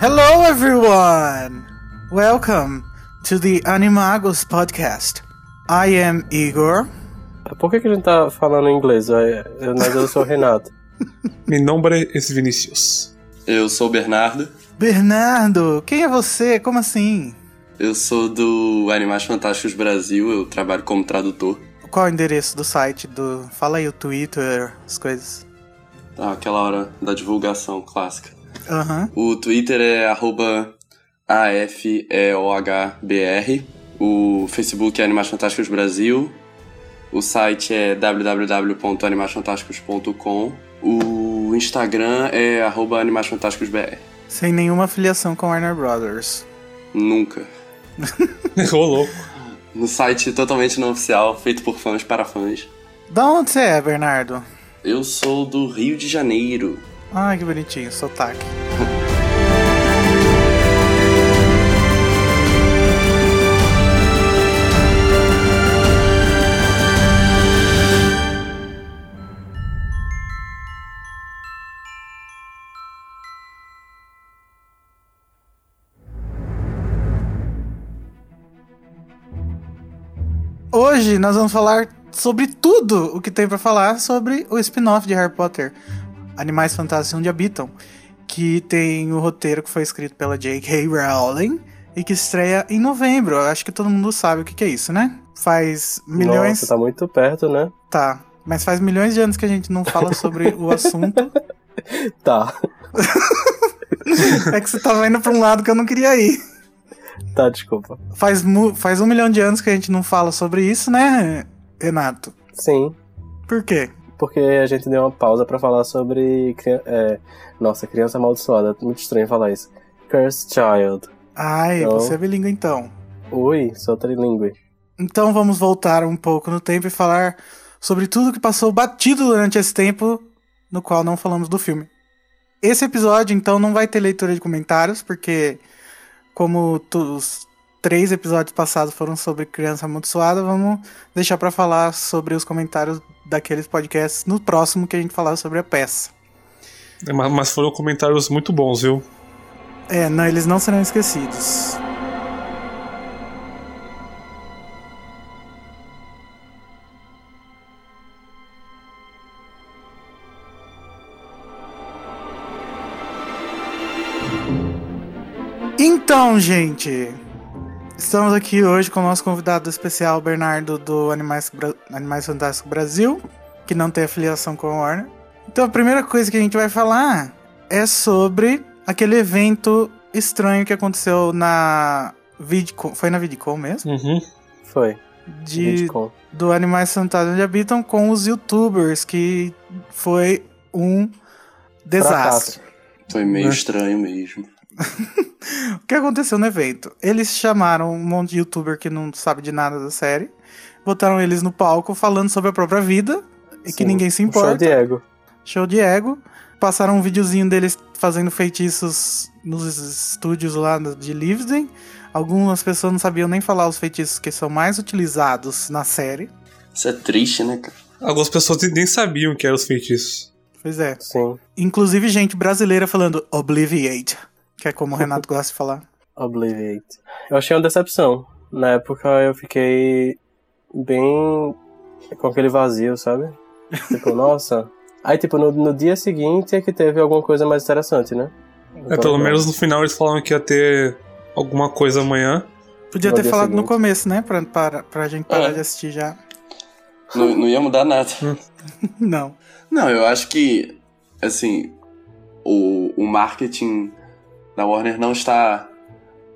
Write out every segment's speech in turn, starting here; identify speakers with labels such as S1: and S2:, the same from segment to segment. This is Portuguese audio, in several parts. S1: Hello, everyone! Welcome to the Animagos podcast. I am Igor.
S2: Por que, que a gente tá falando em inglês? É, eu- Mas eu sou o Renato.
S3: Mi nombre es Vinicius.
S4: Eu sou o Bernardo,
S1: Bernardo, quem é você? Como assim?
S4: eu sou do Animais Fantásticos Brasil, eu trabalho como tradutor.
S1: Qual é o endereço do site do. Fala aí o Twitter, as coisas.
S4: Ah, aquela hora da divulgação clássica.
S1: Aham.
S4: O Twitter é arroba AFEOHBR, o Facebook é Animais Fantásticos Brasil, o site é www.animaisfantásticos.com, o Instagram é arroba Animais Fantásticos BR.
S1: Sem nenhuma afiliação com Warner Brothers.
S4: Nunca.
S3: Ô louco.
S4: No site totalmente não oficial, feito por fãs para fãs.
S1: Da onde você é, Bernardo?
S4: Eu sou do Rio de Janeiro.
S1: Ai, que bonitinho, sotaque. Hoje nós vamos falar sobre tudo o que tem pra falar sobre o spin-off de Harry Potter, Animais Fantásticos Onde Habitam, que tem o roteiro que foi escrito pela J.K. Rowling e que estreia em novembro. Eu acho que todo mundo sabe o que, que é isso, né? Faz milhões.
S2: Nossa, tá muito perto, né?
S1: tá. mas faz milhões de anos que a gente não fala sobre o assunto.
S2: Tá,
S1: É que você tava indo pra um lado que eu não queria ir.
S2: tá, desculpa.
S1: Faz, mu- faz um milhão de anos que a gente não fala sobre isso, né, Renato?
S2: Sim,
S1: Por quê?
S2: porque a gente deu uma pausa pra falar sobre. crian- é, nossa, criança amaldiçoada. Muito estranho falar isso. Cursed Child.
S1: Ai,
S2: Não.
S1: você é bilíngue então.
S2: Ui, sou trilingue.
S1: Então vamos voltar um pouco no tempo e falar sobre tudo que passou batido durante esse tempo no qual não falamos do filme. Esse episódio, então, não vai ter leitura de comentários, porque como tu- os três episódios passados foram sobre criança amaldiçoada, vamos deixar pra falar sobre os comentários daqueles podcasts no próximo que a gente falar sobre a peça.
S3: É, ma- Mas foram comentários muito bons, viu?
S1: É, não, eles não serão esquecidos. Então, gente, estamos aqui hoje com o nosso convidado especial, Bernardo, do Animais, Bra- Animais Fantásticos Brasil, que não tem afiliação com a Warner. Então, a primeira coisa que a gente vai falar é sobre aquele evento estranho que aconteceu na VidCon. Foi na VidCon mesmo?
S3: Uhum.
S2: Foi.
S1: De,
S2: Vidcon.
S1: do Animais Fantásticos Onde Habitam com os youtubers, que foi um desastre.
S2: Fracasso.
S4: Foi meio
S3: Né?
S4: estranho mesmo.
S1: O que aconteceu no evento? Eles chamaram um monte de youtuber que não sabe de nada da série, botaram eles no palco falando sobre a própria vida, e que
S2: Sim,
S1: ninguém se
S2: Um Show
S1: importa.
S2: Diego.
S1: Show de ego. Passaram um videozinho deles fazendo feitiços nos estúdios lá no- de Livden. Algumas pessoas não sabiam nem falar os feitiços que são mais utilizados na série.
S4: Isso é triste, né, cara?
S3: Algumas pessoas nem- nem sabiam que eram os feitiços.
S1: Pois é.
S2: Sim.
S1: Inclusive gente brasileira falando Obliviate, que é como o Renato gosta de falar.
S2: Obliviate. Eu achei uma decepção. Na época eu fiquei bem com aquele vazio, sabe? Tipo, nossa. Aí, tipo, no, no dia seguinte é que teve alguma coisa mais interessante, né?
S3: É, pelo menos no final eles falaram que ia ter alguma coisa amanhã.
S1: Podia
S2: No
S1: ter
S2: dia
S1: falado no
S2: seguinte.
S1: começo, né? Pra, pra, pra gente parar
S4: É.
S1: de assistir já.
S4: Não, não ia mudar nada.
S1: Não.
S4: Não, eu acho que, assim, o, o marketing da Warner não está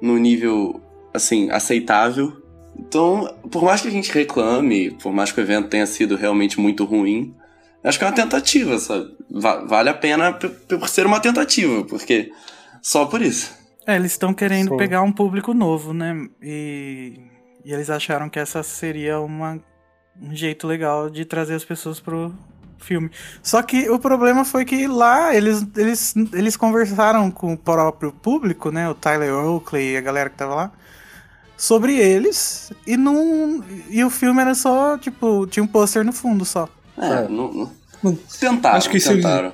S4: no nível, assim, aceitável. Então, por mais que a gente reclame, por mais que o evento tenha sido realmente muito ruim, acho que é uma tentativa, sabe? Va- vale a pena p- por ser uma tentativa, porque só por isso.
S1: É, eles estão querendo
S2: Sim.
S1: pegar um público novo, né? E E eles acharam que essa seria uma, um jeito legal de trazer as pessoas pro filme. Só que o problema foi que lá eles, eles, eles conversaram com o próprio público, né? O Tyler Oakley e a galera que tava lá. Sobre eles. E não. E o filme era só, tipo, tinha um pôster no fundo só.
S4: É, não, não- Tentaram,
S3: Acho que se-
S4: tentaram.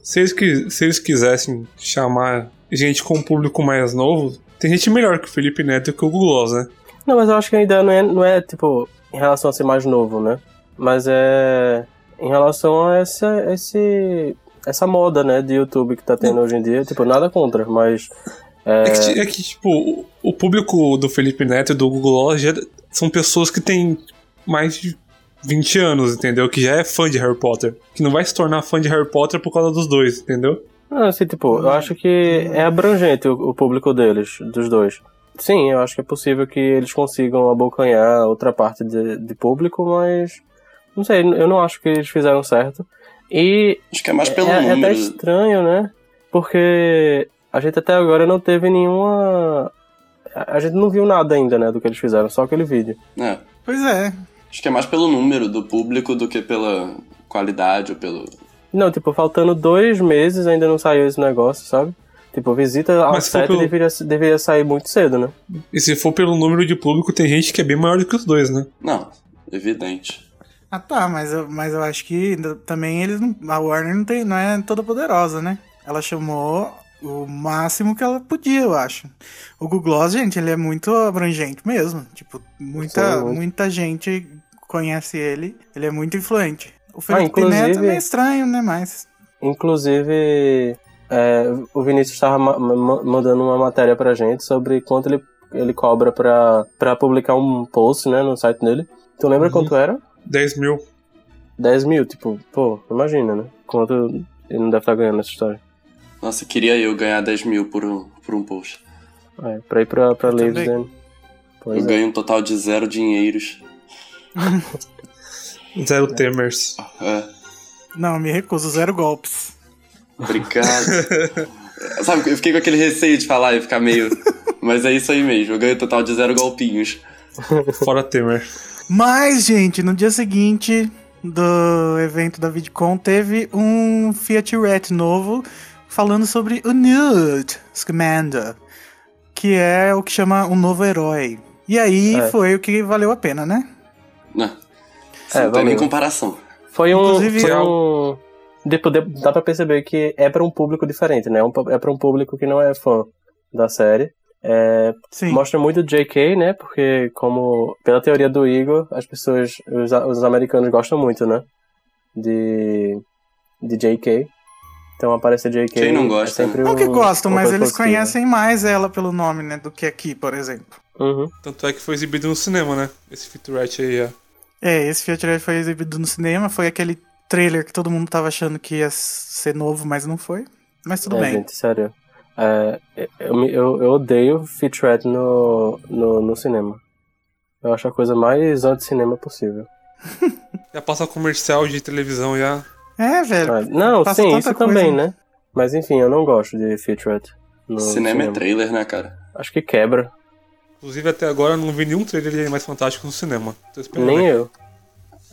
S3: Se eles, qui- se eles quisessem chamar gente com um público mais novo, tem gente melhor que o Felipe Neto e que o Guloso, né?
S2: Não, mas eu acho que ainda não é, não é, tipo, em relação a ser mais novo, né? Mas é em relação a essa, esse, essa moda, né, de YouTube que tá tendo hoje em dia. Tipo, nada contra, mas...
S3: É, que, ti- é que, tipo, o- o público do Felipe Neto e do Guloso já são pessoas que têm mais de 20 anos, entendeu? Que já é fã de Harry Potter. Que não vai se tornar fã de Harry Potter por causa dos dois, entendeu?
S2: Não, assim, tipo,
S4: Uhum.
S2: eu acho que é abrangente o, o público deles, dos dois. Sim, eu acho que é possível que eles consigam abocanhar outra parte de, de público, mas... Não sei, eu não acho que eles fizeram certo. E
S4: Acho que é mais pelo
S2: é, é até
S4: número.
S2: estranho, né? Porque a gente até agora não teve nenhuma. A a gente não viu nada ainda, né? Do que eles fizeram, só aquele vídeo.
S4: né?
S1: Pois é.
S4: Acho que é mais pelo número do público do que pela qualidade ou pelo.
S2: Não, tipo, faltando dois meses ainda não saiu esse negócio, sabe? Tipo, visita ao
S3: Mas foi
S2: set
S3: pelo-
S2: deveria, deveria sair muito cedo, né?
S3: E se for pelo número de público, tem gente que é bem maior do que os dois, né?
S4: Não, evidente.
S1: Ah tá, mas eu, mas eu acho que ainda- também eles não. A Warner não, tem, não é toda poderosa, né? Ela chamou o máximo que ela podia, eu acho. O Google Gloss, gente, ele é muito abrangente mesmo. Tipo, muita,
S2: Sim, muito.
S1: muita gente conhece ele. Ele é muito influente. O
S2: Ah,
S1: Felipe
S2: inclusive-
S1: Neto é meio estranho, né? Mas.
S2: Inclusive, é, o Vinícius estava ma- ma- mandando uma matéria pra gente sobre quanto ele, ele cobra pra, pra publicar um post, né? No site dele. Tu lembra
S3: Uhum.
S2: quanto era?
S3: 10 mil.
S2: 10 mil, tipo, pô, imagina, né? Quanto ele não deve estar ganhando nessa história.
S4: Nossa, queria eu ganhar 10 mil por um, por um post.
S2: É, pra ir pra, pra
S1: Eu
S2: Leeds,
S1: também.
S2: né? Pois
S4: eu
S2: é.
S4: ganho um total de zero dinheiros.
S3: Zero Temers.
S4: É,
S1: Não, me recuso, zero golpes.
S4: obrigado. Sabe, eu fiquei com aquele receio de falar e ficar meio. Mas é isso aí mesmo, eu ganho um total de zero golpinhos.
S3: Fora Temer.
S1: Mas, gente, no dia seguinte do evento da VidCon, teve um Fiat Rat novo falando sobre o Newt Scamander, que é o que chama um novo herói. E aí
S2: É.
S1: foi o que valeu a pena, né?
S4: Não,
S2: É,
S4: não tem nem
S2: valeu.
S4: comparação.
S2: Foi um.
S1: Inclusive, é
S2: Foi
S3: eu-
S2: um... Tipo, de- dá pra perceber que é pra um público diferente, né? É um- É pra um público que não é fã da série. É,
S1: Sim.
S2: mostra muito JK, né? Porque, como pela teoria do Igor, as pessoas, os, a- os americanos gostam muito, né? De, de JK. Então aparecer JK.
S4: Quem não gosta, né?
S2: é sempre
S1: Não que
S2: um-
S1: gostam,
S2: uma
S1: mas
S2: coisa
S1: eles
S2: positiva.
S1: conhecem mais ela pelo nome, né? Do que aqui, por exemplo.
S2: Uhum.
S3: Tanto é que foi exibido no cinema, né? Esse featurette aí, ó.
S1: É, esse Fiat Rat foi exibido no cinema, foi aquele trailer que todo mundo tava achando que ia ser novo, mas não foi. Mas tudo
S2: é,
S1: bem.
S2: gente, sério. É, eu, me- eu, eu odeio featurette no, no, no cinema. Eu acho a coisa mais anti-cinema possível.
S3: Já passa um comercial de televisão, já.
S1: É, velho.
S2: Ah, não,
S1: passa
S2: sim,
S1: tanta
S2: isso
S1: coisa.
S2: também, né? Mas enfim, eu não gosto de featurette no
S4: Cinema
S2: cinema.
S4: é trailer, né, cara?
S2: Acho que quebra.
S3: Inclusive, até agora eu não vi nenhum trailer de Animais Fantásticos no cinema. Tô esperando.
S2: Nem
S3: ver.
S4: é
S2: eu.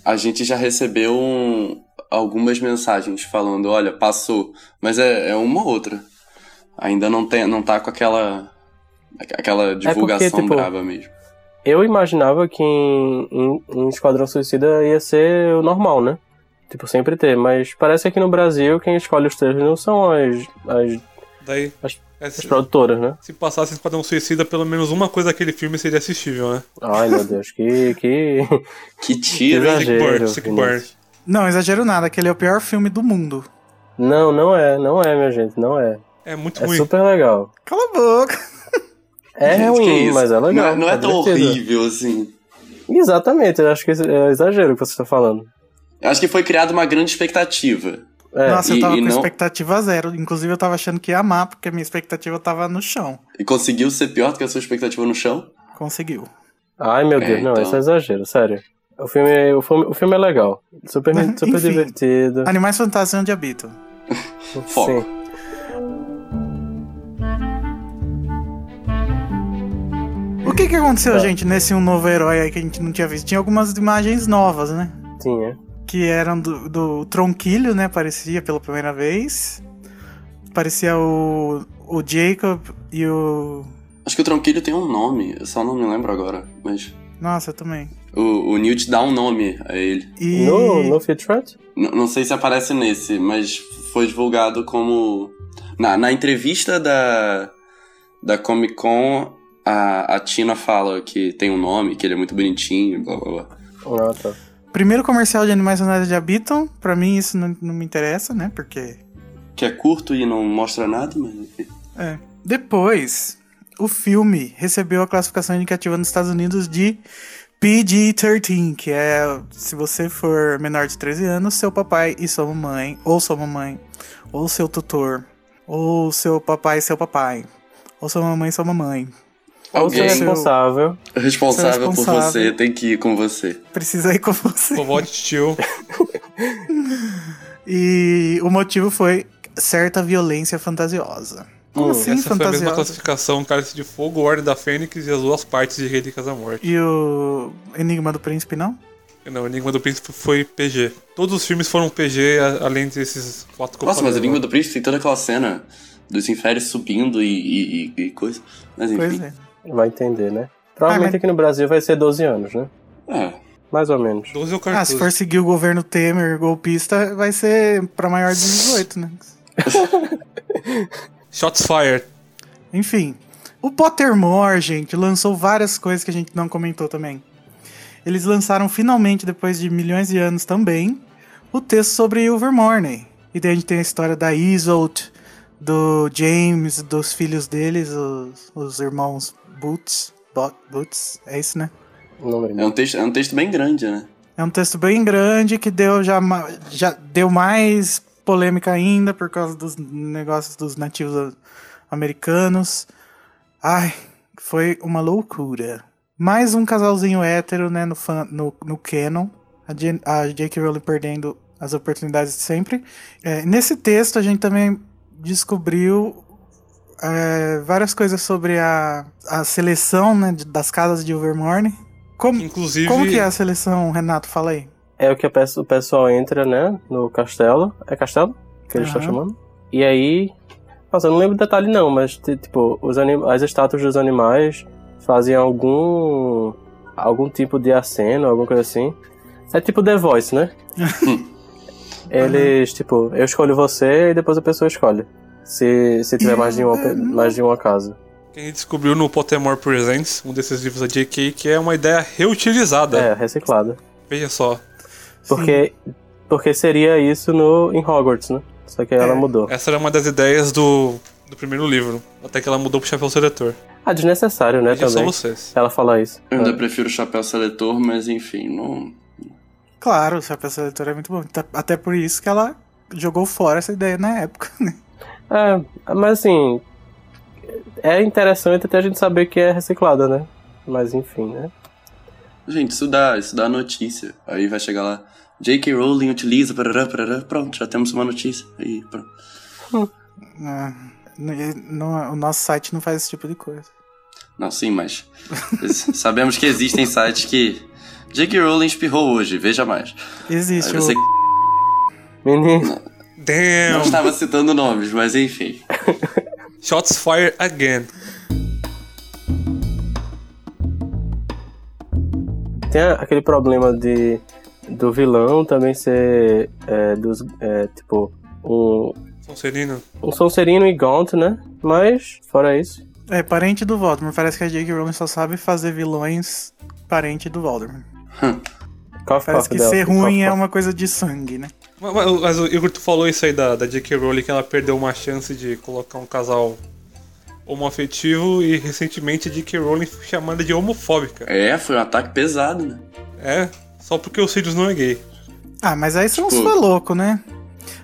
S4: A gente já recebeu um- algumas mensagens falando, olha, passou. Mas é, é uma ou outra. Ainda não, tem, não tá com aquela. Aquela divulgação
S2: tipo,
S4: brava mesmo.
S2: Eu imaginava que em, em, em Esquadrão Suicida ia ser o normal, né? Tipo, sempre ter, mas parece que aqui no Brasil quem escolhe os trailers não são as, as,
S3: Daí.
S2: Mas-
S3: é,
S2: as
S3: se,
S2: produtoras, né?
S3: se passasse Esquadrão Suicida, pelo menos uma coisa daquele filme seria assistível, né?
S2: Ai, meu Deus, que, que,
S4: Que
S2: que
S4: tiro, hein?
S2: exagero.
S3: Sick Burn, Sick
S2: Vinícius.
S1: Não, exagero nada, aquele é o pior filme do mundo.
S2: Não, não é, não é, minha gente, não é.
S3: É muito
S2: É
S3: ruim.
S2: super legal.
S1: Cala a boca!
S2: É
S4: Gente, que
S2: ruim,
S4: isso?
S2: mas é legal.
S4: Não, é- não é tão
S2: divertido.
S4: horrível assim.
S2: Exatamente, eu acho que é exagero o que você está falando.
S4: Eu acho que foi criada uma grande expectativa.
S2: É,
S1: Nossa, eu
S4: e-
S1: tava
S4: e
S1: com
S4: não-
S1: expectativa zero. Inclusive, eu tava achando que ia amar, porque a minha expectativa tava no chão.
S4: E conseguiu ser pior do que a sua expectativa no chão?
S1: Conseguiu.
S2: Ai, meu
S4: É,
S2: Deus, não,
S4: então.
S2: isso é exagero, sério. O filme, o filme, o filme é legal. Super, super
S1: Enfim.
S2: divertido.
S1: Animais Fantásticos onde habitam.
S4: Ah, Foco.
S2: Sim.
S1: O que, que, que aconteceu,
S2: Tá.
S1: gente, nesse um novo herói aí que a gente não tinha visto? Tinha algumas imagens novas, né?
S2: Tinha.
S1: Que eram do, do Tronquilho, né? Parecia pela primeira vez. Parecia o, o Jacob e o.
S4: Acho que o Tronquilho tem um nome, eu só não me lembro agora, mas.
S1: Nossa, eu também.
S4: O, o Newt dá um nome a ele.
S1: E.
S2: No, no Fear Threat?
S4: N- não sei se aparece nesse, mas foi divulgado como. Na, na entrevista da, da Comic Con, a, a Tina fala que tem um nome, que ele é muito bonitinho, blá blá blá.
S2: Ah, tá.
S1: Primeiro comercial de animais sonoros de Habiton. Pra mim isso não, não me interessa, né? Porque.
S4: Que é curto e não mostra nada, mas enfim.
S1: É. Depois, o filme recebeu a classificação indicativa nos Estados Unidos de PG-13, que é se você for menor de 13 anos, seu papai e sua mamãe, ou sua mamãe, ou seu tutor, ou seu papai e seu papai, ou sua mamãe e sua mamãe.
S2: Ou ser
S4: Alguém-
S2: é responsável.
S4: O responsável,
S1: Você é
S4: por
S1: responsável.
S4: você tem que ir com você.
S1: Precisa ir com você.
S3: Vovó de tio.
S1: E o motivo foi certa violência fantasiosa. Como
S2: Hum,
S1: assim
S3: Oh, Essa foi a mesma
S1: fantasiosa?
S3: classificação, um Cálice de Fogo, Ordem da Fênix e as duas partes de Relíquias da Morte.
S1: E o Enigma do Príncipe, não?
S3: Não, Enigma do Príncipe foi PG. Todos os filmes foram PG, a- além desses quatro que eu
S4: Nossa, mas a
S3: falei
S4: língua
S3: agora.
S4: do príncipe tem toda aquela cena dos inférios subindo e, e, e- e coisa. Mas
S1: Pois
S4: enfim.
S1: é.
S2: Vai entender, né? Provavelmente
S1: Ah, mas-
S2: aqui no Brasil vai ser 12 anos, né?
S4: É.
S2: Mais ou menos.
S3: 12 é o
S1: Ah, se
S3: cartucho.
S1: for seguir o governo Temer, golpista, vai ser pra maior de 18, né?
S3: Shots Fire.
S1: Enfim, o Pottermore, gente, lançou várias coisas que a gente não comentou também. Eles lançaram finalmente, depois de milhões de anos também, o texto sobre Ilvermorny. E daí a gente tem a história da Isolt, do James, dos filhos deles, os, os irmãos Boots. Bo- Boots, é isso, né?
S2: Não
S4: É
S2: lembro.
S4: um, texto, é um texto bem grande, né?
S1: É um texto bem grande que deu já, ma- já deu mais polêmica ainda por causa dos negócios dos nativos a- americanos. Ai, foi uma loucura. Mais um casalzinho hétero, né, no, fan, no, no canon. A, Jen, a J.K. Rowling perdendo as oportunidades de sempre. É, nesse texto a gente também descobriu é, várias coisas sobre a, a seleção né, de- das casas de Overmorning. Como,
S3: Inclusive,
S1: como que é a seleção, Renato? Fala aí.
S2: É o que a pe- o pessoal entra, né? No castelo. É castelo? Que eles estão
S1: Aham.
S2: chamando? E aí. Nossa, eu não lembro o detalhe não, mas ti- tipo, os anim... as estátuas dos animais fazem algum. algum tipo de aceno, alguma coisa assim. É tipo The Voice, né? Eles, tipo, eu escolho você e depois a pessoa escolhe. Se, se tiver mais de, uma, pe-
S1: Uhum.
S2: mais de uma casa.
S3: que a gente descobriu no Pottermore Presents, um desses livros da J.K., que é uma ideia reutilizada.
S2: É, reciclada.
S3: Veja só,
S2: Porque, porque seria isso no, em Hogwarts, né? Só que aí ela
S1: É.
S2: mudou.
S3: essa era uma das ideias do, do primeiro livro, até que ela mudou pro Chapéu Seletor.
S2: Ah, desnecessário, né?
S3: Veja só
S2: Também.
S3: vocês.
S2: Ela fala isso.
S4: Eu ainda
S2: É.
S4: prefiro o chapéu seletor, mas enfim, não.
S1: Claro, a peça leitora é muito bom. Tá- Até por isso que ela jogou fora essa ideia na época, né?
S2: É, mas assim. É interessante até a gente saber que é reciclada, né? Mas enfim, né?
S4: Gente, isso dá, isso dá notícia. Aí vai chegar lá. J.K. Rowling utiliza, parará, parará, pronto, já temos uma notícia. Aí, pronto.
S1: Ah, n- não- é, o nosso site não faz esse tipo de coisa.
S4: Não, sim, mas. sabemos que existem sites que. J.K. Rowling espirrou hoje, veja mais.
S1: Existe.
S4: Aí você
S1: o-
S2: Menino,
S4: não
S3: Damn!
S4: estava citando nomes, mas enfim.
S3: Shots Fire again.
S2: tem a- aquele problema de do vilão também ser é, dos. é, tipo, um,
S3: Sonserino.
S2: um Sonserino e Gaunt, né? Mas, fora isso.
S1: É parente do Voldemort. Parece que a J.K. Rowling só sabe fazer vilões parente do Voldemort.
S2: Cough,
S1: Parece
S2: cough
S1: que
S2: dela,
S1: ser
S2: cough,
S1: ruim é
S2: cough.
S1: uma coisa de sangue, né?
S3: Mas, mas- mas o Igor, tu falou isso aí da, da J.K. Rowling, que ela perdeu uma chance de colocar um casal homoafetivo e recentemente a J.K. Rowling foi chamada de homofóbica.
S4: É, foi um ataque pesado, né?
S3: É, só porque o Sirius não é gay.
S1: Ah, mas aí são uns
S4: Tipo-
S1: faloucos, né?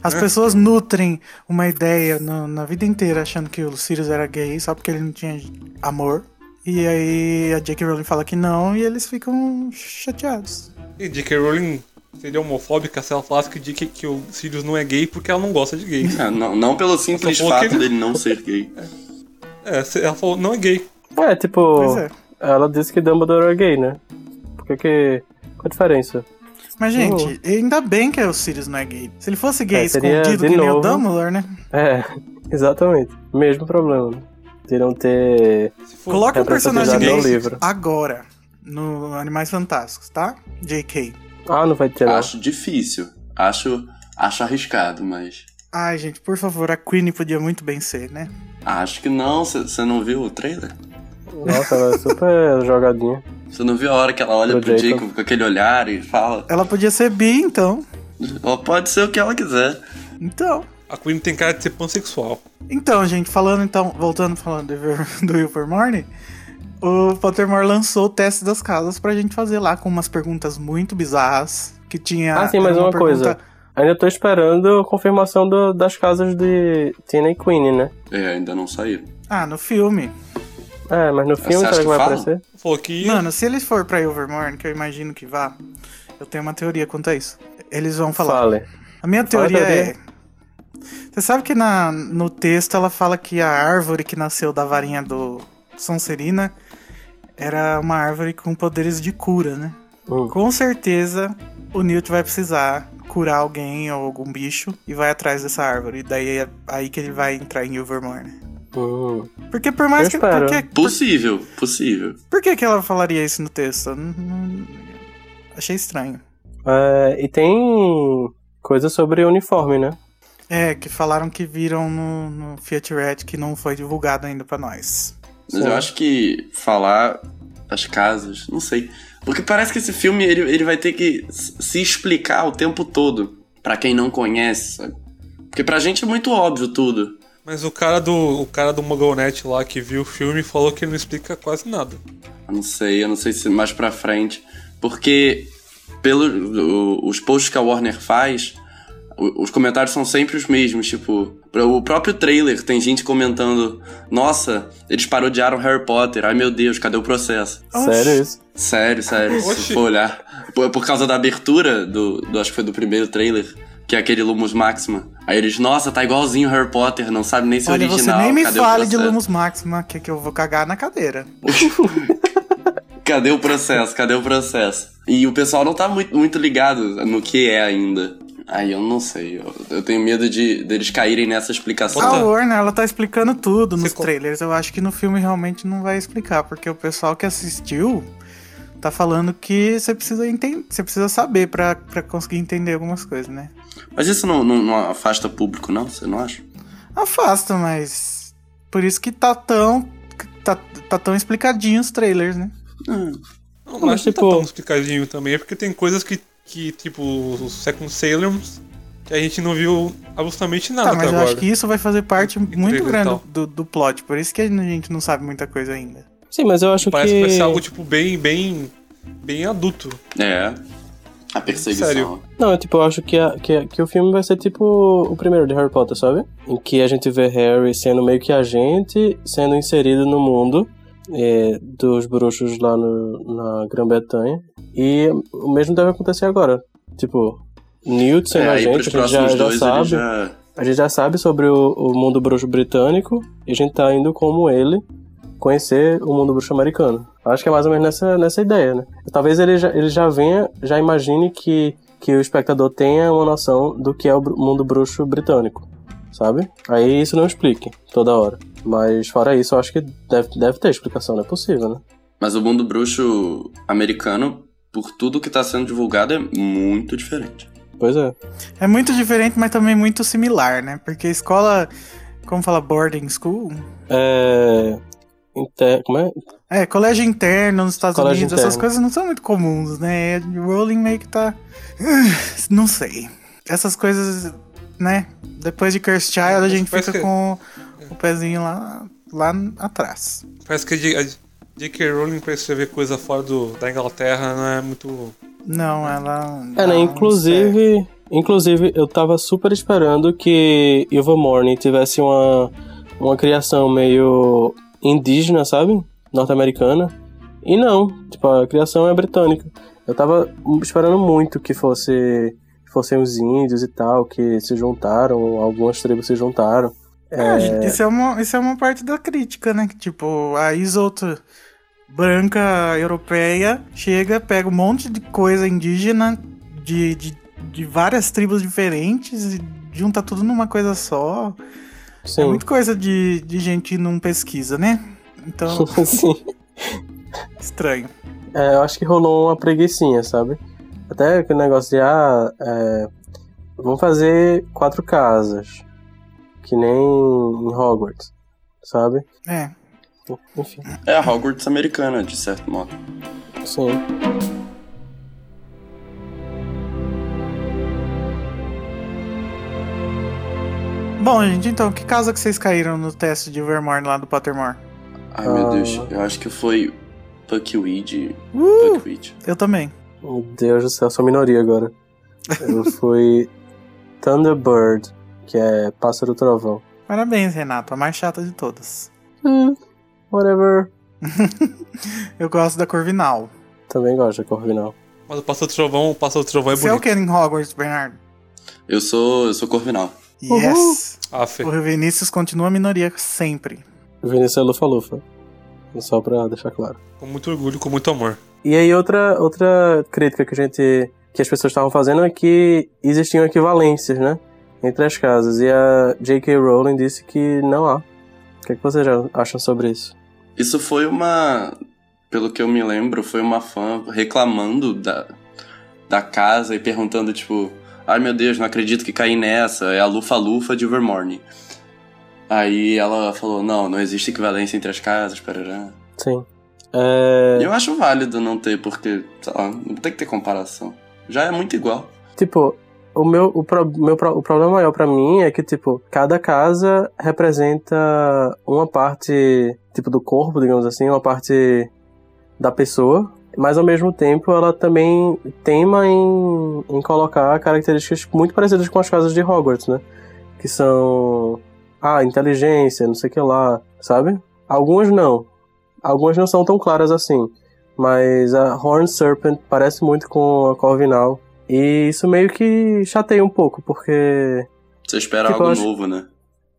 S1: As
S3: É.
S1: pessoas nutrem uma ideia na, na vida inteira achando que o Sirius era gay só porque ele não tinha amor. E aí a J.K. Rowling fala que não e eles ficam chateados.
S3: E J.K. Rowling seria homofóbica se ela falasse que, J.K. que o Sirius não é gay porque ela não gosta de gay.
S4: Ah, Não, não pelo simples
S3: Só falou
S4: fato
S3: que-
S4: dele não ser gay.
S3: é, se- ela falou, não é gay.
S2: É, tipo.
S1: Pois é.
S2: É, Ela disse que Dumbledore é gay, né? Por que que... Qual a diferença?
S1: Mas, gente, ainda bem que o Sirius não é gay. Se ele fosse gay
S2: É, seria
S1: escondido,
S2: de
S1: que nem o
S2: novo.
S1: Dumbledore, né?
S2: É, exatamente. Mesmo problema. né? De não ter...
S1: Coloca o personagem
S2: representatividade
S1: gay
S2: no livro.
S1: agora no Animais Fantásticos, tá? JK.
S2: Ah, não vai ter não.
S4: Acho difícil. Acho, acho arriscado, mas.
S1: Ai, gente, por favor, a Queen podia muito bem ser, né?
S4: Acho que não. Você não viu o trailer?
S2: Nossa, ela é super jogadinha.
S4: Você não viu a hora que ela olha
S2: Pro
S4: pro
S2: Jacob.
S4: Jacob com aquele olhar e fala.
S1: Ela podia ser bi, então.
S4: Ela pode ser o que ela quiser.
S1: Então.
S3: A Queen tem cara de ser pansexual.
S1: Então, gente, falando então, voltando falando do Ever- do Will Morning, o Pottermore lançou o teste das casas pra gente fazer lá com umas perguntas muito bizarras que tinha
S2: Ah, sim, mas
S1: era
S2: uma coisa.
S1: pergunta-
S2: Ainda tô esperando a confirmação do- das casas de Tina e Queen, né?
S4: É, ainda não saiu.
S1: Ah, no filme.
S2: É, mas no filme
S4: acha
S2: será que
S4: que
S2: vai
S4: falam?
S2: aparecer?
S3: Falou que ia.
S1: Mano, se eles for pra Ilvermorn, que eu imagino que vá, eu tenho uma teoria quanto a isso. Eles vão falar.
S2: Fale.
S1: A minha
S2: Fala a
S1: teoria
S2: teoria.
S1: é. Você sabe que na, no texto ela fala que a árvore que nasceu da varinha do Sonserina era uma árvore com poderes de cura, né?
S2: Hum.
S1: Com certeza o Newt vai precisar curar alguém ou algum bicho e vai atrás dessa árvore. E daí é aí que ele vai entrar em Ilvermorn. né?
S2: Hum.
S1: Porque por mais
S2: Eu
S1: que.
S2: espero.
S1: Por que, por,
S4: Possível, possível.
S1: por que, que ela falaria isso no texto? Eu não- não- achei estranho.
S2: É, e tem coisa sobre uniforme, né?
S1: É, que falaram que viram no, no Fiat Red que não foi divulgado ainda pra nós.
S4: Mas
S2: Sim.
S4: eu acho que falar as casas, não sei. Porque parece que esse filme ele, ele vai ter que s- se explicar o tempo todo. Pra quem não conhece, sabe? Porque pra gente é muito óbvio tudo.
S3: Mas o cara do. O cara do Mogonet lá que viu o filme falou que ele não explica quase nada.
S4: Eu não sei, eu não sei se mais pra frente. Porque pelo, o- os posts que a Warner faz, o- os comentários são sempre os mesmos. Tipo, pra- o próprio trailer tem gente comentando: Nossa, eles parodiaram Harry Potter. Ai meu Deus, cadê o processo?
S1: Oxi.
S2: Sério isso?
S4: Sério, sério,
S3: Oxi.
S4: se for olhar. Por, por causa da abertura do, do- Acho que foi do primeiro trailer, que é aquele Lumos Maxima. Aí eles, nossa, tá igualzinho Harry Potter, não sabe nem se é
S1: Olha, você
S4: original.
S1: nem me
S4: cadê o
S1: fale de
S4: processo?"
S1: Lumos Maxima, que, que eu vou cagar na cadeira.
S4: Cadê o processo? Cadê o processo? E o pessoal não tá muito, muito ligado no que é ainda. Aí eu não sei. Eu, eu tenho medo de deles caírem nessa explicação.
S1: A
S3: Puta.
S1: Warner, ela tá explicando tudo nos
S3: Você co-
S1: trailers. Eu acho que no filme realmente não vai explicar, porque o pessoal que assistiu tá falando que você precisa entender, você precisa saber pra, pra conseguir entender algumas coisas, né?
S4: Mas isso não, não- não afasta público, não? Você não acha?
S1: Afasta, mas por isso que tá tão tá, tá tão explicadinho os trailers, né?
S4: Hum.
S3: Não,
S2: Mas,
S3: acho que
S2: tipo-
S3: tá tão explicadinho também, é porque tem coisas que, que tipo, os Second Sailors, que a gente não viu absolutamente nada
S1: tá, mas
S3: Ah, até
S1: eu
S3: agora.
S1: acho
S3: então.
S1: que isso vai fazer parte
S3: Intriga
S1: muito
S3: e
S1: grande
S3: tal.
S1: do, do plot, por isso que a gente não sabe muita coisa ainda.
S2: Sim, mas eu acho
S3: Parece que...
S2: que.
S3: vai ser algo, tipo, bem, bem, bem adulto.
S4: É. A perseguição.
S3: Sério.
S2: Não, tipo, eu acho que, a- que, a- que o filme vai ser tipo o primeiro de Harry Potter, sabe? Em que a gente vê Harry sendo meio que a gente, sendo inserido no mundo é, dos bruxos lá no- na Grã-Bretanha. E o mesmo deve acontecer agora. Tipo, Newt sendo
S4: É,
S2: a
S4: aí
S2: gente,
S4: pros
S2: a gente já,
S4: próximos
S2: já
S4: dois
S2: sabe.
S4: ele já.
S2: A gente já sabe sobre o, o mundo bruxo britânico e a gente tá indo como ele conhecer o mundo bruxo americano. Acho que é mais ou menos nessa, nessa ideia, né? Talvez ele já, ele já venha, já imagine que, que o espectador tenha uma noção do que é o bru- mundo bruxo britânico, sabe? Aí isso não explique toda hora. Mas fora isso, eu acho que deve, deve ter explicação, não é possível, né?
S4: Mas o mundo bruxo americano, por tudo que tá sendo divulgado, é muito diferente.
S2: Pois é.
S1: É muito diferente, mas também muito similar, né? Porque escola, como fala boarding school,
S2: É... inte- Como é?
S1: é colégio interno nos Estados
S2: Colégio
S1: Unidos, essas
S2: interno.
S1: coisas não são muito comuns, né? E a Rowling meio que tá, não sei. Essas coisas, né? Depois de Cursed Child a
S3: Mas
S1: gente
S3: parece
S1: fica
S3: que-
S1: com o pezinho lá lá atrás.
S3: Parece que a J- a J.K. Rowling pra escrever coisa fora do, da Inglaterra não é muito.
S1: Não, ela.
S2: É, né?
S1: ela-
S2: Inclusive, inclusive, eu tava super esperando que Ilva Morning tivesse uma, uma criação meio indígena, sabe? Norte-americana. E não, tipo, a criação é britânica. Eu tava esperando muito que fosse fossem os índios e tal, que se juntaram, algumas tribos se juntaram.
S1: É, gente, isso, é uma, isso é uma parte da crítica, né? Que, Tipo, a Isolto branca europeia chega, pega um monte de coisa indígena de, de, de várias tribos diferentes e junta tudo numa coisa só.
S2: Sim.
S1: É muita coisa de, de gente que não pesquisa, né? Então,
S2: Sim.
S1: estranho.
S2: É, eu acho que rolou uma preguiçinha, sabe? Até aquele negócio de, ah, é, vamos fazer quatro casas. Que nem em Hogwarts, sabe?
S1: É.
S2: Enfim,
S4: É a Hogwarts americana, de certo modo.
S2: sim.
S1: Bom, gente, então, que casa que vocês caíram no teste de Vermore lá do Pottermore?
S4: Ai, meu
S2: Ah.
S4: Deus. Eu acho que foi Buckwheat.
S1: Uh!
S4: Buckwheat.
S1: Eu também.
S2: Meu Deus do céu, eu sou minoria agora. Eu fui Thunderbird, que é pássaro trovão.
S1: Parabéns, Renato, a mais chata de todas.
S2: Hum, whatever.
S1: Eu gosto da Corvinal.
S2: Também gosto da Corvinal.
S3: Mas o Pássaro Trovão, o Pássaro Trovão é
S1: Você é o
S3: bonito.
S1: que em Hogwarts, Bernardo?
S4: Eu sou, eu sou Corvinal.
S2: Uhul.
S1: Yes!
S3: Aff.
S1: O Vinícius continua a minoria sempre.
S2: Vinícius é Lufa-Lufa. Só pra deixar claro.
S3: Com muito orgulho, com muito amor.
S2: E aí outra, outra crítica que a gente. que as pessoas estavam fazendo é que existiam equivalências, né? Entre as casas. E a J.K. Rowling disse que não há. O que, é que vocês acham sobre isso?
S4: Isso foi uma. Pelo que eu me lembro, foi uma fã reclamando da, da casa e perguntando, tipo, ai meu Deus, não acredito que caí nessa, é a lufa-lufa de Vermorne. Aí ela falou, não, não existe equivalência entre as casas, parará.
S2: Sim. É,
S4: E eu acho válido não ter, porque, sei lá, não tem que ter comparação. Já é muito igual.
S2: Tipo, o meu o, pro, meu pro- o problema maior pra mim é que tipo, cada casa representa uma parte tipo do corpo, digamos assim, uma parte da pessoa, mas ao mesmo tempo ela também teima em, em colocar características muito parecidas com as casas de Hogwarts, né? Que são ah, inteligência, não sei o que lá, sabe? Algumas não. Algumas não são tão claras assim. Mas a Horn Serpent parece muito com a Corvinal. E isso meio que chateia um pouco, porque.
S4: Você espera
S2: Tipo, eu
S4: algo
S2: acho-
S4: novo, né?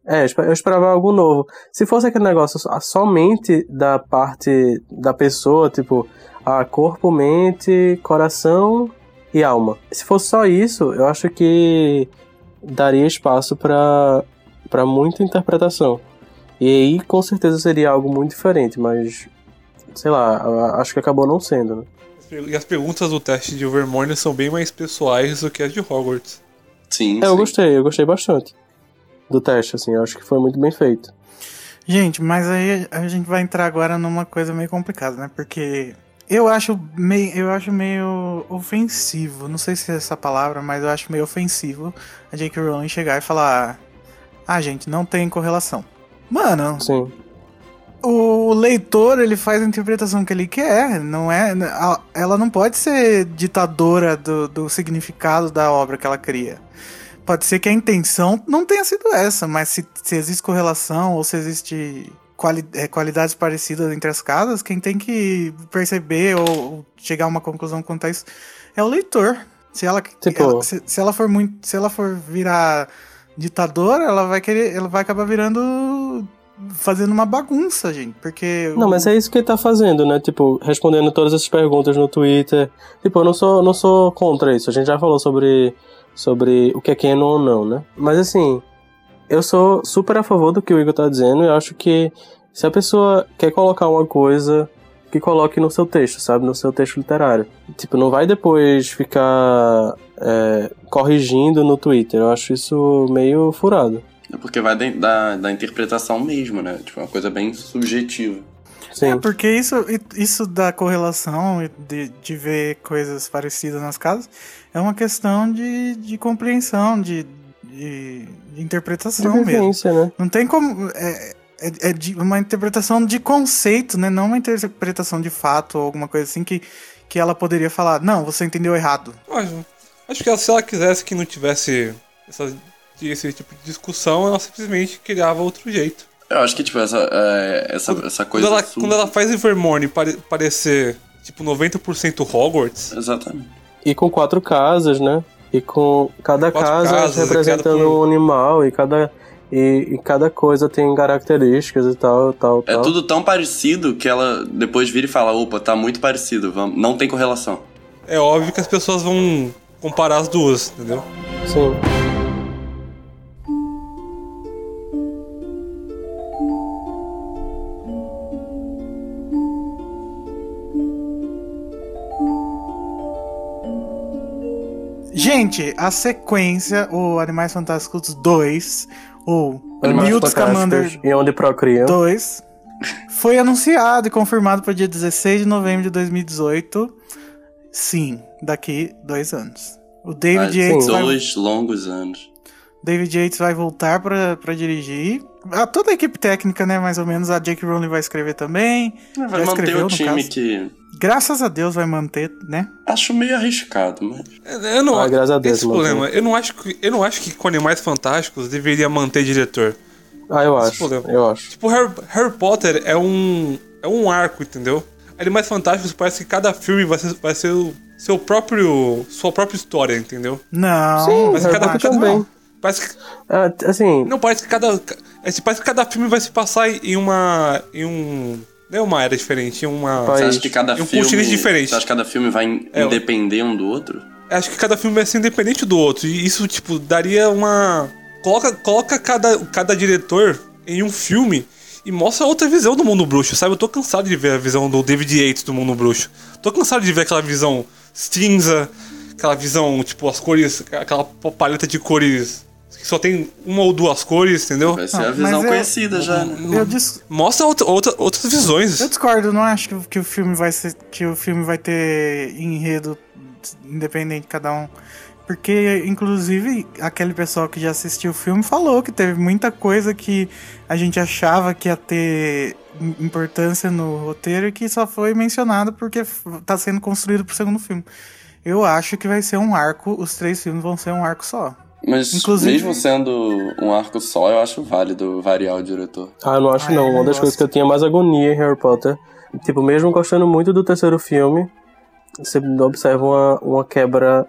S2: É, eu espe- eu esperava algo novo. Se fosse aquele negócio so- somente da parte da pessoa, tipo, a corpo, mente, coração e alma. Se fosse só isso, eu acho que daria espaço pra para muita interpretação. E aí, com certeza, seria algo muito diferente, mas. Sei lá, a- acho que acabou não sendo, né?
S3: E as perguntas do teste de Overmorning são bem mais pessoais do que as de Hogwarts.
S4: Sim,
S2: É, eu
S4: sim.
S2: gostei, eu gostei bastante do teste, assim, eu acho que foi muito bem feito.
S1: Gente, mas aí a gente vai entrar agora numa coisa meio complicada, né? Porque eu acho meio, eu acho meio ofensivo, não sei se é essa palavra, mas eu acho meio ofensivo a J.K. Rowling chegar e falar: Ah, gente, não tem correlação. Mano,
S2: Sim.
S1: o leitor ele faz a interpretação que ele quer, não é? a- Ela não pode ser ditadora do, do significado da obra que ela cria. Pode ser que a intenção não tenha sido essa, mas se, se existe correlação ou se existe quali- eh, qualidades parecidas entre as casas, quem tem que perceber ou chegar a uma conclusão quanto a isso é o leitor. Se ela,
S2: Tipo-
S1: ela- se, se ela for muito, se ela for virar ditadora, ela vai querer, ela vai acabar virando fazendo uma bagunça, gente, porque
S2: Não,
S1: o-
S2: mas é isso que ele tá fazendo, né? Tipo, respondendo todas essas perguntas no Twitter. Tipo, eu não sou, não sou contra isso. A gente já falou sobre, sobre o que é canon ou não, né? Mas assim, eu sou super a favor do que o Igor tá dizendo e acho que se a pessoa quer colocar uma coisa, que coloque no seu texto, sabe? No seu texto literário. Tipo, não vai depois ficar é, corrigindo no Twitter. Eu acho isso meio furado.
S4: É porque vai da, da, da interpretação mesmo, né? Tipo, é uma coisa bem subjetiva.
S2: Sim.
S1: É, porque isso, isso da correlação e de, de ver coisas parecidas nas casas é uma questão de, de compreensão, de, de, de
S2: De
S1: interpretação mesmo.
S2: vivência, né?
S1: Não tem como. É, é, é de- uma interpretação de conceito, né? Não uma interpretação de fato ou alguma coisa assim que, que ela poderia falar, não, você entendeu errado.
S3: Acho, acho que ela- se ela quisesse que não tivesse essa- esse tipo de discussão, ela simplesmente criava outro jeito.
S4: Eu acho que, tipo, essa, é, essa, essa
S3: Quando
S4: coisa.
S3: ela,
S4: sub-
S3: quando ela faz Evermorning pare, parecer tipo 90% Hogwarts,
S4: Exatamente.
S2: E com quatro casas, né? E com cada
S3: Quatro
S2: casa
S3: casas, é
S2: representando
S3: criado por-
S2: um animal e cada E, e cada coisa tem características e tal, tal,
S4: É
S2: tal.
S4: tudo tão parecido que ela depois vira e fala: opa, tá muito parecido, vamos... não tem correlação.
S3: É óbvio que as pessoas vão comparar as duas, entendeu?
S2: Sim.
S1: Gente, a sequência, o Animais Fantásticos 2, ou
S2: Animais
S1: Newt
S2: fantásticos
S1: Scamander
S2: E onde procriam.
S1: 2, foi anunciado e confirmado para dia 16 de novembro de 2018. Sim, daqui dois anos. O
S4: Há
S1: David Yates vai
S4: dois longos anos.
S1: David Yates vai voltar pra pra dirigir. A, toda a equipe técnica, né? Mais ou menos. A Jake Rowling vai escrever também.
S4: Vai
S1: Já
S4: manter
S1: escreveu,
S4: o
S1: no
S4: um time
S1: caso.
S4: que.
S1: Graças a Deus vai manter, né?
S4: Acho meio arriscado, mas.
S3: Eu não
S2: Ah, graças a Deus,
S3: esse é o
S2: mano.
S3: problema. Eu não acho que eu não acho que com Animais Fantásticos deveria manter diretor.
S2: Ah, eu acho.
S3: problema.
S2: Eu acho.
S3: Tipo, Harry, Harry Potter é um é um arco, entendeu? Animais Fantásticos parece que cada filme vai ser, vai ser o seu próprio sua própria história, entendeu?
S1: Não.
S2: Sim,
S3: Mas é
S2: Harry
S3: cada um
S2: Potter
S3: cada-
S2: também.
S3: Parece que,
S2: Ah, t- assim,
S3: não parece que cada é, tipo, parece que cada filme vai se passar em uma em um não é uma era diferente, em uma
S2: Vai-
S4: Você
S2: Aí,
S4: acha que cada
S3: e um
S4: filme.
S3: continente diferente.
S4: Você acha que cada filme vai in-
S3: É, eu-
S4: independer um do outro?
S3: acho que cada filme vai ser independente do outro. E isso, tipo, daria uma. Coloca, coloca cada, cada diretor em um filme e mostra outra visão do mundo bruxo, sabe? Eu tô cansado de ver a visão do David Yates do mundo bruxo. Tô cansado de ver aquela visão cinza, aquela visão, tipo, as cores, aquela paleta de cores que só tem uma ou duas cores, entendeu?
S4: Vai ser
S1: Não,
S4: é a visão
S1: mas é- eu-
S4: conhecida já, né?
S1: Eu, dis-
S3: Mostra outra, outra- outras visões.
S1: eu discordo, não acho que, que o filme vai ser. Que o filme vai ter enredo independente de cada um. Porque, inclusive, aquele pessoal que já assistiu o filme falou que teve muita coisa que a gente achava que ia ter im- importância no roteiro e que só foi mencionado porque f- tá sendo construído pro segundo filme. Eu acho que vai ser um arco, os três filmes vão ser um arco só.
S4: Mas
S1: Inclusive-
S4: mesmo sendo um arco só, eu acho válido variar o diretor.
S2: Ah, eu não acho
S1: Ah, eu
S2: não.
S1: não
S2: Uma das
S1: gosto.
S2: coisas que eu tinha mais agonia em Harry Potter, tipo, mesmo gostando muito do terceiro filme, você observa uma, uma quebra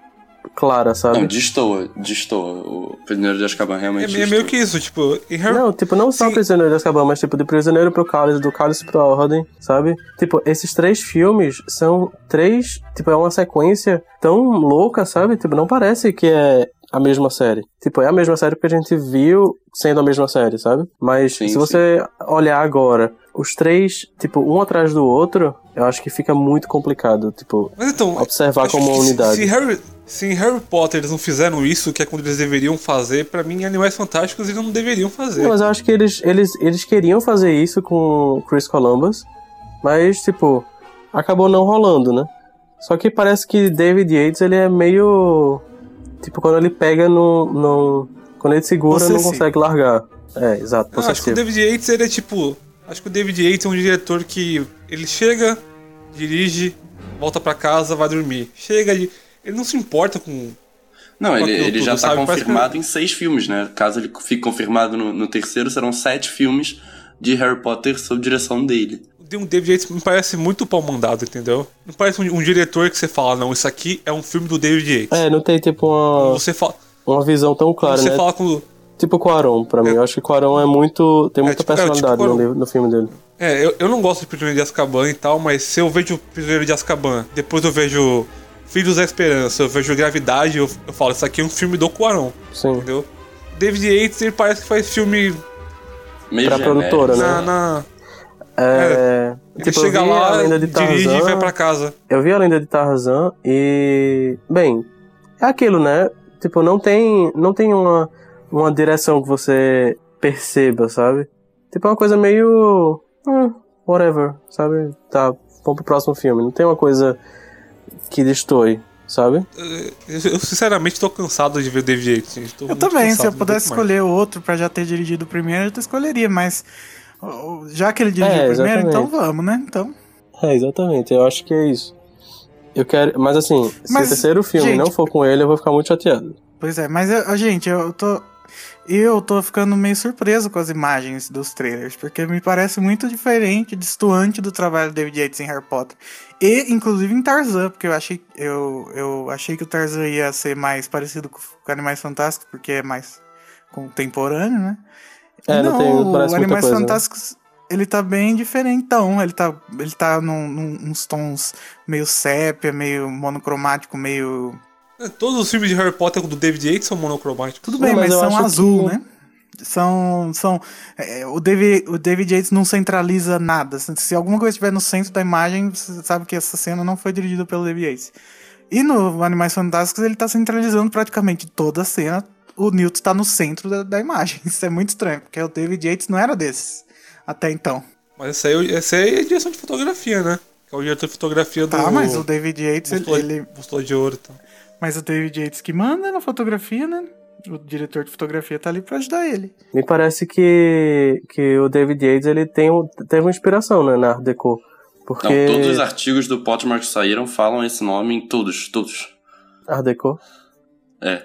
S2: clara,
S4: Não,
S2: sabe?
S4: destoa, destoa. O Prisioneiro de Azkaban
S3: É,
S4: realmente
S3: é meio
S4: destoa.
S3: que isso, tipo, em Harry
S2: Não, tipo, não só
S3: Sim.
S2: Prisioneiro de Azkaban, mas tipo, de Prisioneiro pro Cálice, do Cálice pra Ordem, sabe? Tipo, esses três filmes são três, tipo, é uma sequência tão louca, sabe? Tipo, não parece que é a mesma série. Tipo, é a mesma série porque a gente viu sendo a mesma série, sabe? Mas
S4: Sim,
S2: se
S4: sim.
S2: você olhar agora, os três, tipo, um atrás do outro, eu acho que fica muito complicado, tipo,
S3: Mas então.
S2: Observar
S3: acho
S2: como
S3: que
S2: uma
S3: se-
S2: unidade.
S3: Se Harry, se em Harry Potter eles não fizeram isso, que é quando eles deveriam fazer, pra mim, em Animais Fantásticos eles não deveriam fazer.
S2: Não, mas eu acho que eles, eles, eles queriam fazer isso com o Chris Columbus, mas, tipo, acabou não rolando, né? Só que parece que David Yates, ele é meio. Tipo, quando ele pega, não. não quando ele segura,
S1: Possessivo.
S2: não consegue largar. É, exato,
S3: Não, acho que
S2: possessivo.
S3: o David Yates ele é tipo. Acho que o David Yates é um diretor que ele chega, dirige, volta pra casa, vai dormir. Chega de. Ele não se importa com.
S4: Não, ele,
S3: aquilo
S4: ele
S3: tudo,
S4: já tá
S3: sabe? Parece
S4: confirmado em seis filmes, né? Caso ele fique confirmado no, no terceiro, serão sete filmes de Harry Potter sob direção dele.
S3: O um David Yates me parece muito pau mandado, entendeu? Não parece um, um diretor que você fala, não, isso aqui é um filme do David Yates.
S2: É, não tem, tipo, uma,
S3: Você fala.
S2: uma visão tão clara,
S3: você
S2: né?
S3: fala com.
S2: Tipo Quaron, pra mim. Eu acho que Quaron é muito. tem muita
S3: tipo- é, tipo
S2: personalidade no,
S3: Cuarón.
S2: livro- no filme dele.
S3: É, eu, eu não gosto de Prisioneiro de Azkaban e tal, mas se eu vejo Prisioneiro de Azkaban, depois eu vejo Filhos da Esperança, eu vejo Gravidade, eu, eu falo, isso aqui é um filme do Cuarón,
S2: Sim.
S3: entendeu? David Yates, ele parece que faz filme
S4: Meio
S2: Pra
S4: genérico.
S2: produtora, né?
S3: na... na-
S2: É,
S3: Ele
S2: tipo, eu
S3: chega
S2: vi a
S3: lá,
S2: lenda de
S3: dirige e
S2: Tarzan,
S3: vai pra casa.
S2: Eu vi a lenda de Tarzan e. Bem, é aquilo, né? Tipo, não tem, não tem uma, uma direção que você perceba, sabe? Tipo, é uma coisa meio. hum, whatever, sabe? Tá, vamos pro próximo filme. Não tem uma coisa que destoie, sabe?
S3: Eu, eu, sinceramente tô cansado de ver o David Yates. gente. Tô
S1: Eu
S3: muito
S1: também, se
S3: cansado,
S1: eu
S3: não
S1: pudesse
S3: aguento mais.
S1: escolher outro pra já ter dirigido o primeiro, eu escolheria, mas ó, ó, já que ele dirigiu
S2: É,
S1: o primeiro,
S2: exatamente.
S1: então vamos, né? Então,
S2: É, exatamente. Eu acho que é isso. Eu quero. Mas assim, se
S1: Mas,
S2: o terceiro filme
S1: gente-
S2: não for com ele, eu vou ficar muito chateado.
S1: pois é, mas eu, ó, gente, eu tô eu tô ficando meio surpreso com as imagens dos trailers, porque me parece muito diferente, distoante do trabalho do David Yates em Harry Potter. E inclusive em Tarzan, porque eu achei eu, eu achei que o Tarzan ia ser mais parecido com, com Animais Fantásticos, porque é mais contemporâneo, né?
S2: É, não tem- não parece
S1: o
S2: muita
S1: Animais
S2: coisa, né?
S1: Fantásticos, ele tá bem diferentão. Ele tá, ele tá num, num- uns tons meio sépia, meio monocromático, meio...
S3: É, Todos os filmes de Harry Potter do David Yates são monocromáticos.
S1: Tudo
S2: Não,
S1: bem,
S2: mas
S1: mas,
S2: eu
S1: são
S2: acho
S1: azul,
S2: que-
S1: né? São... são é, o, David, o David Yates não centraliza nada. Se se alguma coisa estiver no centro da imagem, você sabe que essa cena não foi dirigida pelo David Yates. E no Animais Fantásticos ele tá centralizando praticamente toda a cena. O Newt tá no centro da, da imagem. Isso é muito estranho, porque o David Yates não era desses até então.
S3: Mas essa aí, essa aí é direção de fotografia, né? Que é o diretor de fotografia do.
S1: Tá, mas o David Yates, ele,
S3: Bússola-
S1: ele-
S3: Bússola de ouro. Tá.
S1: Mas o David Yates que manda na fotografia, né? O diretor de fotografia tá ali pra ajudar ele.
S2: Me parece que, que o David Yates ele tem um, teve uma inspiração né, na Art Deco. Porque.
S4: Não, todos os artigos do Potmark que saíram falam esse nome em todos, todos.
S2: Art Deco?
S4: É.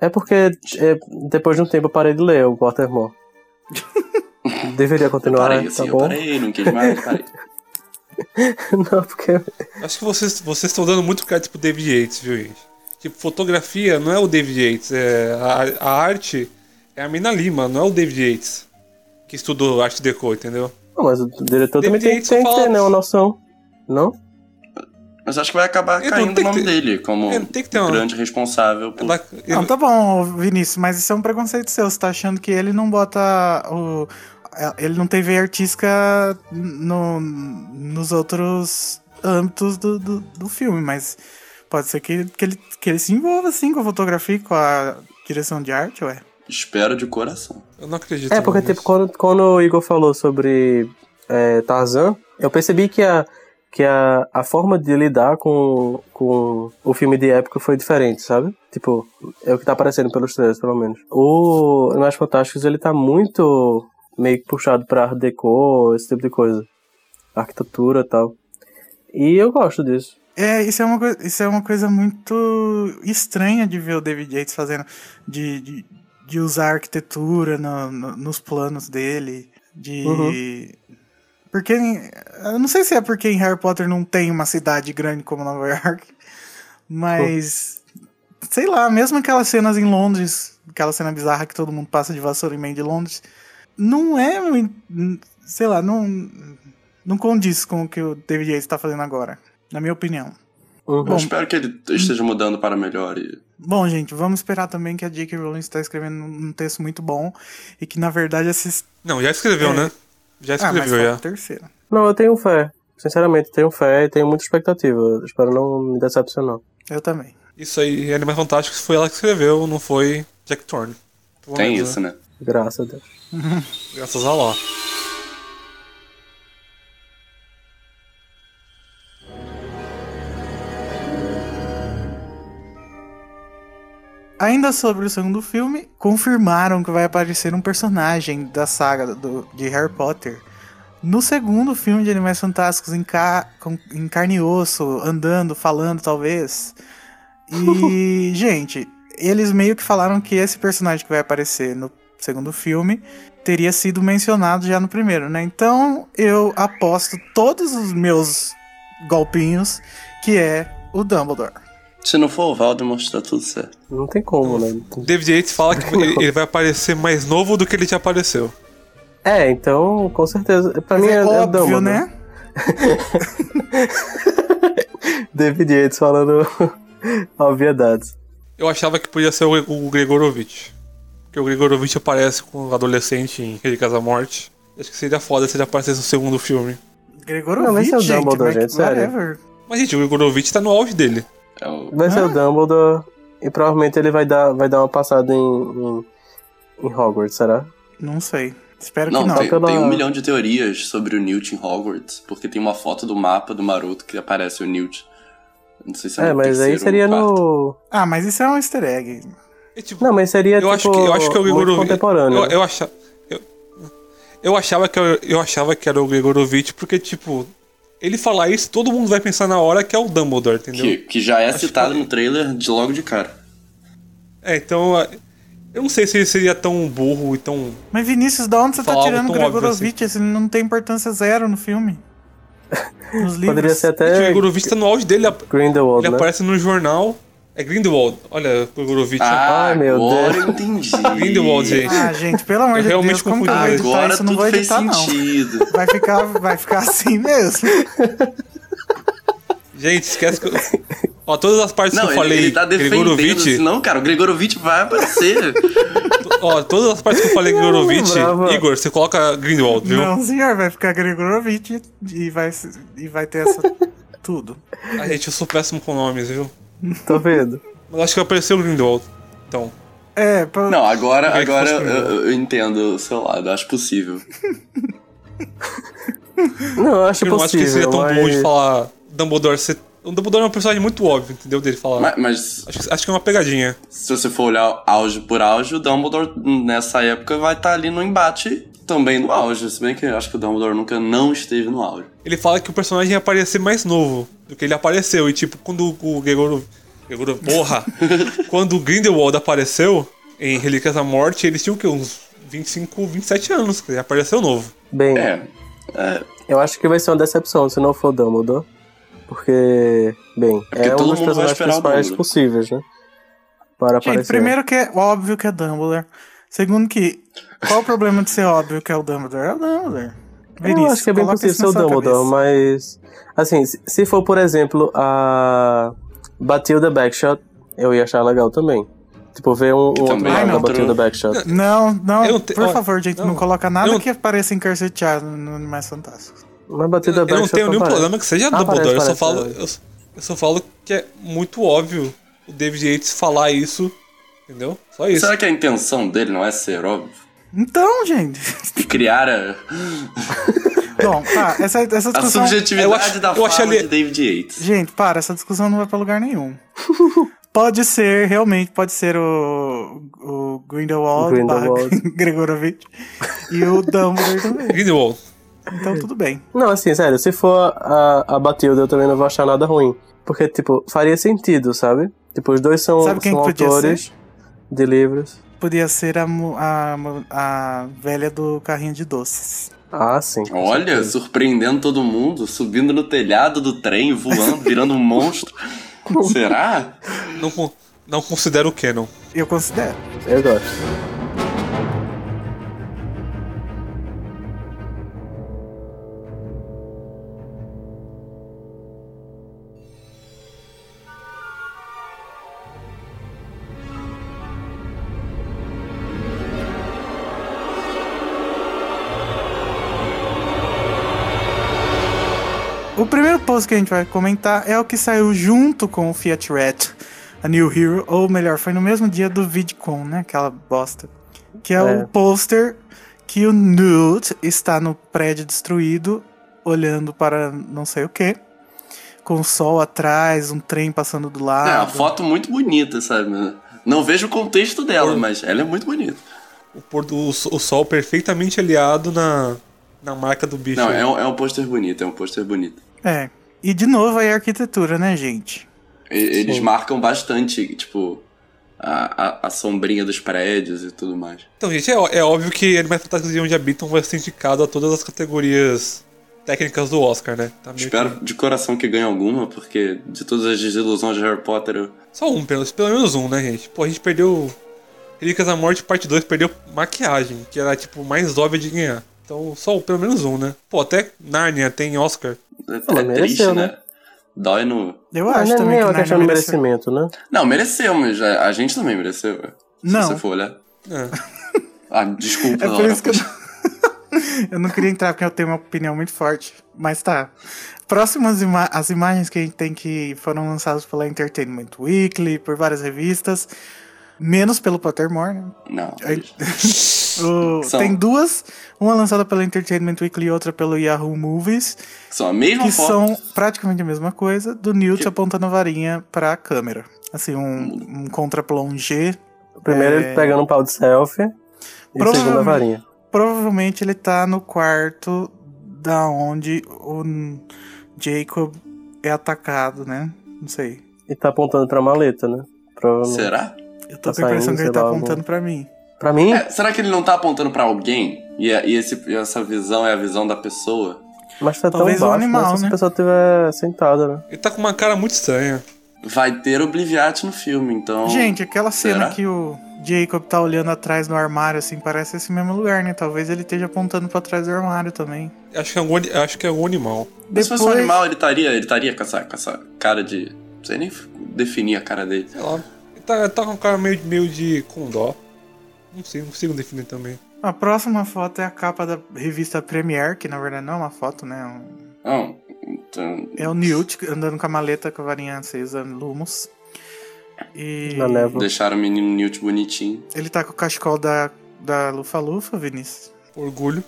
S2: É porque é, depois de um tempo eu parei de ler o Pottermore. Deveria
S4: Eu
S2: continuar,
S4: parei,
S2: né?
S4: assim,
S2: tá
S4: eu
S2: bom?
S4: parei, não quis mais, parei.
S2: Não, porque
S3: Acho que vocês vocês estão dando muito crédito pro David Yates, viu, gente? Tipo, fotografia não é o David Yates. É a, a arte é a Mina Lima, não é o David Yates. Que estudou arte deco, entendeu?
S2: Não, mas o diretor também
S3: David
S2: tem,
S3: Yates
S2: tem que
S3: fala-
S2: ter, né? Uma noção. Não?
S4: Mas acho que vai acabar
S3: Então,
S4: caindo
S3: tem
S4: o nome
S3: que ter-
S4: dele como
S3: É, tem que ter uma-
S4: grande responsável por.
S3: Ela-
S1: Não, tá bom, Vinícius, mas isso é um preconceito seu. Você tá achando que ele não bota o. é, Ele não tem veia artística no, nos outros âmbitos do, do, do filme, mas pode ser que, que, ele, que ele se envolva assim com a fotografia, e com a direção de arte, ué.
S4: Espero de coração.
S3: Eu não acredito.
S2: É, porque
S3: nisso.
S2: tipo, quando, quando o Igor falou sobre é, Tarzan, eu percebi que a, que a, a forma de lidar com, com o filme de época foi diferente, sabe? Tipo, é o que tá aparecendo pelos trailers, pelo menos. O Animais Fantásticos, ele tá muito meio que puxado pra Art Deco, esse tipo de coisa. Arquitetura e tal. E eu gosto disso.
S1: É, isso é, uma coisa, isso é uma coisa muito estranha de ver o David Yates fazendo, de, de, de usar a arquitetura no- no- nos planos dele, de... Porque, em- eu não sei se é porque em Harry Potter não tem uma cidade grande como Nova York, mas, sei lá, mesmo aquelas cenas em Londres, aquela cena bizarra que todo mundo passa de vassoura em meio de Londres, não é, mui- sei lá, não, não condiz com o que o David Yates tá fazendo agora, na minha opinião.
S2: Uhum.
S4: Eu espero que ele esteja mudando para melhor. E...
S1: Bom, gente, vamos esperar também que a J.K. Rowling está escrevendo um texto muito bom e que, na verdade, esses...
S3: Não, já escreveu,
S1: É.
S3: né? Já
S1: Ah, mas falta
S3: escreveu, já.
S1: o terceiro.
S2: Não, eu tenho fé. Sinceramente, tenho fé e tenho muita expectativa. Eu Espero não me decepcionar.
S1: Eu também.
S3: Isso aí, Animais Fantásticos foi ela que escreveu, não foi Jack Thorne. Pelo
S4: Tem
S3: menos,
S4: isso,
S3: né?
S4: né?
S2: Graças a Deus.
S3: Graças a lá.
S1: Ainda sobre o segundo filme, confirmaram que vai aparecer um personagem da saga do, de Harry Potter no segundo filme de Animais Fantásticos, em, ca- com- em carne e osso, andando, falando, talvez. E, gente, eles meio que falaram que esse personagem que vai aparecer no segundo filme teria sido mencionado já no primeiro, né? Então eu aposto todos os meus golpinhos que é o Dumbledore.
S4: Se não for o Valdemort, tá tudo certo.
S2: Não tem como, né?
S3: David Yates fala que ele ele vai aparecer mais novo do que ele já apareceu.
S2: É, então, com certeza. Pra mim é,
S1: É,
S2: é
S1: óbvio,
S2: Dumbledore.
S1: né?
S2: David Yates falando obviedades.
S3: Eu achava que podia ser o, o Gregorovich. Porque o Gregorovich aparece com um adolescente em Rede Casa Morte. Acho que seria foda se ele aparecesse no segundo filme.
S1: Gregorovitch,
S2: Não, mas esse é o
S1: gente,
S2: Dumbledore,
S1: mas
S2: gente, sério.
S1: whatever.
S3: Mas, gente, o Gregorovich tá no auge dele.
S4: É o...
S2: Vai ser
S1: Ah.
S2: o Dumbledore e provavelmente ele vai dar, vai dar uma passada em, em, em Hogwarts, será?
S1: Não sei. Espero
S4: Não,
S1: que não.
S4: tem,
S2: pela-
S4: tem um milhão de teorias sobre o Newt em Hogwarts, porque tem uma foto do mapa do Maroto que aparece o Newt. Não sei se é,
S3: um
S2: É,
S4: no
S2: mas aí
S4: terceiro
S2: seria
S4: ou quarto.
S2: no.
S1: Ah, mas isso é um easter egg.
S3: É tipo,
S2: Não, mas seria
S3: eu, acho
S2: tipo,
S3: que, eu acho que é o
S2: muito
S3: Gregorovich.
S2: contemporâneo. né?
S3: Eu, eu acha- eu- eu achava que é eu, eu achava que era o Gregorovich porque, tipo, ele falar isso, todo mundo vai pensar na hora que é o Dumbledore, entendeu?
S4: Que, que já é
S3: que
S4: citado
S3: eu-
S4: no trailer de logo de cara.
S3: É, então. ah, Eu não sei se ele seria tão burro e tão.
S1: Mas Vinícius, da onde você tá
S3: Falava
S1: tirando o
S3: tão óbvio assim.
S1: Gregorovitch? Esse não tem importância zero no filme. Nos livros.
S2: Poderia ser
S3: Gente, é o
S2: até
S3: Gregorovich tá no auge dele, ele ap-
S2: Grindelwald,
S3: ele
S2: né?
S3: aparece no jornal. É Grindelwald. Olha, Gorovitch.
S4: Ah,
S2: Ai, meu
S4: agora
S2: Deus.
S4: eu entendi.
S3: Grindelwald, gente.
S1: Ah, gente, pelo amor
S3: Eu
S1: de
S3: realmente
S1: Deus, como que eu vou
S3: confundi.
S1: editar
S4: Agora
S1: isso? Eu Não
S4: tudo
S1: vou
S4: fez
S1: editar, não.
S4: sentido.
S1: Vai ficar, vai ficar assim mesmo.
S3: Gente, esquece que. eu- Ó, todas as partes
S4: Não,
S3: que eu
S4: ele,
S3: falei.
S4: ele tá defendendo.
S3: Gregorovic.
S4: Não, cara, o Gregorovic vai aparecer.
S3: Ó, todas as partes que eu falei Gregorovic.
S2: lembrava.
S3: Igor, você coloca Grindelwald, viu?
S1: Não, senhor, vai ficar Gregorovic e vai, se- e vai ter essa. tudo.
S3: Ah, gente, eu sou péssimo com nomes, viu?
S2: Tô vendo.
S3: Mas acho que apareceu o Grindelwald. Então.
S1: É, pra...
S4: Não, agora,
S3: que
S4: agora
S3: fosse
S4: eu,
S3: melhor?
S4: eu entendo o seu lado, acho possível.
S2: Não, eu acho
S3: Eu não acho que
S2: possível.
S3: seria tão bom de
S2: mas-
S3: falar Dumbledore ser. O Dumbledore é um personagem muito óbvio, entendeu? Dele falar.
S4: Mas, mas
S3: Acho, que- acho que é uma pegadinha.
S4: se você for olhar auge por auge, o Dumbledore nessa época vai estar ali no embate também no auge. Se bem que eu acho que o Dumbledore nunca não esteve no auge.
S3: Ele fala que o personagem ia aparecer mais novo do que ele apareceu. E tipo, quando o Gregoro. Gregoro porra! quando o Grindelwald apareceu em Relíquias da Morte, eles tinham o quê? Uns 25, 27 anos. que Ele apareceu novo.
S2: Bem,
S4: É. é
S2: eu acho que vai ser uma decepção se não for Dumbledore. Porque, bem,
S4: É porque
S2: é um
S4: todo
S2: dos
S4: mundo vai
S2: personagens
S4: esperar o
S2: principais
S4: Dumbledore.
S2: possíveis, né? Para
S1: Gente,
S2: aparecer.
S1: primeiro que é óbvio que é Dumbledore. Segundo que, qual o problema de ser óbvio que é o Dumbledore? É o Dumbledore.
S2: eu acho que é bem
S1: coloca
S2: possível
S1: isso
S2: ser
S1: na
S2: o
S1: sua
S2: Dumbledore,
S1: cabeça.
S2: mas. Assim, se- se for, por exemplo, a. Batilda Backshot, eu ia achar legal também. Tipo, ver um, um outro
S4: também
S1: é
S2: lado da
S4: outro-
S2: Batilda Backshot.
S1: Não, não,
S3: Eu não te-
S1: por
S3: olha,
S1: favor, gente, não,
S3: não,
S1: coloca nada
S3: eu não-
S1: que apareça em Cursed Child no Animais Fantásticos.
S2: Mas Batilda
S3: Eu
S2: Backshot.
S3: não tenho nenhum
S2: aparece.
S3: problema que seja
S2: Ah,
S3: Dumbledore.
S2: parece,
S3: eu, só
S2: parece,
S3: falo,
S2: parece.
S3: eu, só- eu só falo que é muito óbvio o David Yates falar isso. Entendeu? Só isso.
S4: Será que a intenção dele não é ser óbvio?
S1: Então, gente.
S4: E criar a,
S1: Bom, tá, essa, essa
S4: a
S1: discussão.
S4: subjetividade
S3: Eu acho-
S4: da
S3: eu
S4: fala
S3: acho ali-
S4: de David Yates?
S1: Gente, para, essa discussão não vai pra lugar nenhum. pode ser, realmente, pode ser o, o Grindelwald,
S2: Grindelwald.
S1: barra Gregorovich e o Dumbledore também.
S3: Grindelwald.
S1: Então tudo bem.
S2: Não, assim, sério, se for a, a Batilda, eu também não vou achar nada ruim. Porque, tipo, faria sentido, sabe? Tipo, os dois são,
S1: Sabe quem
S2: são
S1: que podia
S2: autores de livros.
S1: Podia ser a, mu- a, mu- a velha do carrinho de doces.
S2: Ah, sim. com
S4: Olha,
S2: certeza.
S4: surpreendendo todo mundo, subindo no telhado do trem, voando, virando um monstro. Será?
S3: Não, con- não considero o Canon.
S1: Eu considero.
S2: Eu gosto.
S1: O primeiro post que a gente vai comentar é o que saiu junto com o Fiat Rat, a New Hero, ou melhor, foi no mesmo dia do VidCon, né? Aquela bosta. Que é,
S2: É.
S1: o pôster que o Newt está no prédio destruído, olhando para não sei o que, com o sol atrás, um trem passando do
S3: Ah,
S4: É, uma
S1: lado.
S4: foto muito bonita, sabe? Não vejo o contexto dela, mas ela é muito bonita.
S3: O, pôr do, o sol perfeitamente aliado na, na marca do bicho.
S4: Não, é um, é um pôster bonito, é um pôster bonito.
S1: É. E de novo aí a arquitetura, né, gente?
S4: E- eles
S2: Sim.
S4: marcam bastante, tipo, a, a, a sombrinha dos prédios e tudo mais.
S3: Então, gente, é, ó- é óbvio que Animais Fantásticos e Onde Habitam então vai ser indicado a todas as categorias técnicas do Oscar, né? Tá meio que-
S4: Espero de coração que ganhe alguma, porque de todas as desilusões de Harry Potter, eu-
S3: Só um, pelo, pelo menos um, né, gente? Pô, a gente perdeu. Relíquias da Morte, parte 2, perdeu maquiagem, que era, tipo, mais óbvia de ganhar. Então, só um- pelo menos um, né? Pô, até Nárnia tem Oscar.
S4: é,
S2: Ela
S4: é triste,
S2: mereceu, né?
S4: né? Dói no.
S1: Eu
S2: Não,
S1: acho
S2: nem,
S1: também
S2: nem é
S1: que
S2: uma
S1: Narnia
S2: questão de
S1: mereceu.
S2: merecimento, né?
S4: Não, mereceu, mas a, a gente também mereceu. ué. Se
S1: Não.
S4: você for olhar.
S3: É.
S4: Ah, desculpa,
S1: É por
S4: Laura,
S1: isso que eu
S4: poxa.
S1: Eu não queria entrar porque eu tenho uma opinião muito forte, mas tá. Próximas ima as imagens que a gente tem que foram lançadas pela Entertainment Weekly, por várias revistas, menos pelo Pottermore, né?
S4: Não.
S1: Ai, O-
S4: São-
S1: tem duas, uma lançada pela Entertainment Weekly e outra pelo Yahoo Movies,
S4: São a mesma
S1: que
S4: foto.
S1: são praticamente a mesma coisa, do Newt apontando a varinha pra câmera. Assim, um, um contra-plongé.
S2: O primeiro
S1: É.
S2: ele pegando um pau de selfie e o segundo a
S1: Provavelmente.
S2: varinha.
S1: Provavelmente ele tá no quarto da onde o N- Jacob é atacado, né? Não sei.
S2: E tá apontando pra maleta, né? Provavelmente.
S4: Será?
S1: Eu tô
S2: Tá
S1: com a impressão
S2: saindo,
S1: que ele
S2: sei
S1: tá
S2: lá, algum-
S1: apontando pra mim.
S2: Pra mim,
S4: É, será que ele não tá apontando pra alguém? E, é- e esse- e essa visão é a visão da pessoa?
S2: mas tá tão
S1: Talvez
S2: baixo,
S1: um
S2: né?
S1: animal,
S2: Só se
S1: né?
S2: a pessoa estiver sentada, né?
S3: Ele tá com uma cara muito estranha.
S4: vai ter Obliviate no filme, então.
S1: Gente, aquela cena
S4: será?
S1: que o Jacob tá olhando atrás no armário, assim, parece esse mesmo lugar, né? Talvez ele esteja apontando pra trás do armário também.
S3: Acho que é algum, ani- acho que é algum animal.
S4: Se fosse um animal, ele estaria ele estaria com, essa, com essa cara de. Não sei nem definir a cara dele.
S3: Sei lá. Ele tá, tá com um cara meio, meio de condó. Não sei, não consigo definir também.
S1: A próxima foto é a capa da revista Premiere, que na verdade não é uma foto, né? É um-
S4: Não, então.
S1: É o Newt andando com a maleta com a varinha acesa Lumos. E
S2: Na névoa.
S4: Deixaram o menino Newt bonitinho.
S1: ele tá com o cachecol da, da Lufa Lufa, Vinícius.
S3: Orgulho.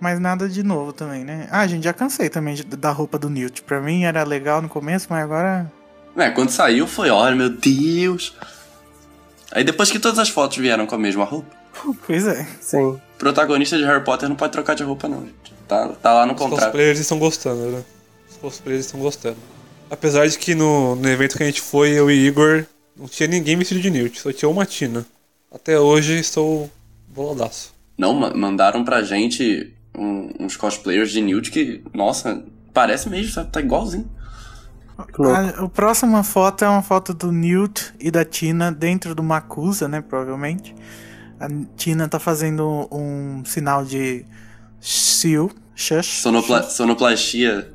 S1: Mas nada de novo também, né? Ah, gente, já cansei também de- da roupa do Newt. Pra mim era legal no começo, mas agora.
S4: É, quando saiu foi, olha, meu Deus. Aí depois que todas as fotos vieram com a mesma roupa.
S1: Pois é.
S2: Sim.
S4: Protagonista de Harry Potter não pode trocar de roupa, não, gente. Tá, tá lá no
S3: Os
S4: contrato.
S3: cosplayers estão gostando, né? Os cosplayers estão gostando. Apesar de que no, no evento que a gente foi, eu e Igor, não tinha ninguém vestido de Newt, só tinha uma Tina. Até hoje estou boladaço.
S4: Não, ma- mandaram pra gente um- uns cosplayers de Newt que, nossa, parece mesmo, sabe? Tá igualzinho.
S1: A, a próxima foto é uma foto do Newt e da Tina dentro do Macusa, né? Provavelmente. A Tina tá fazendo um sinal de seal, shush.
S4: Sonopla- sonoplastia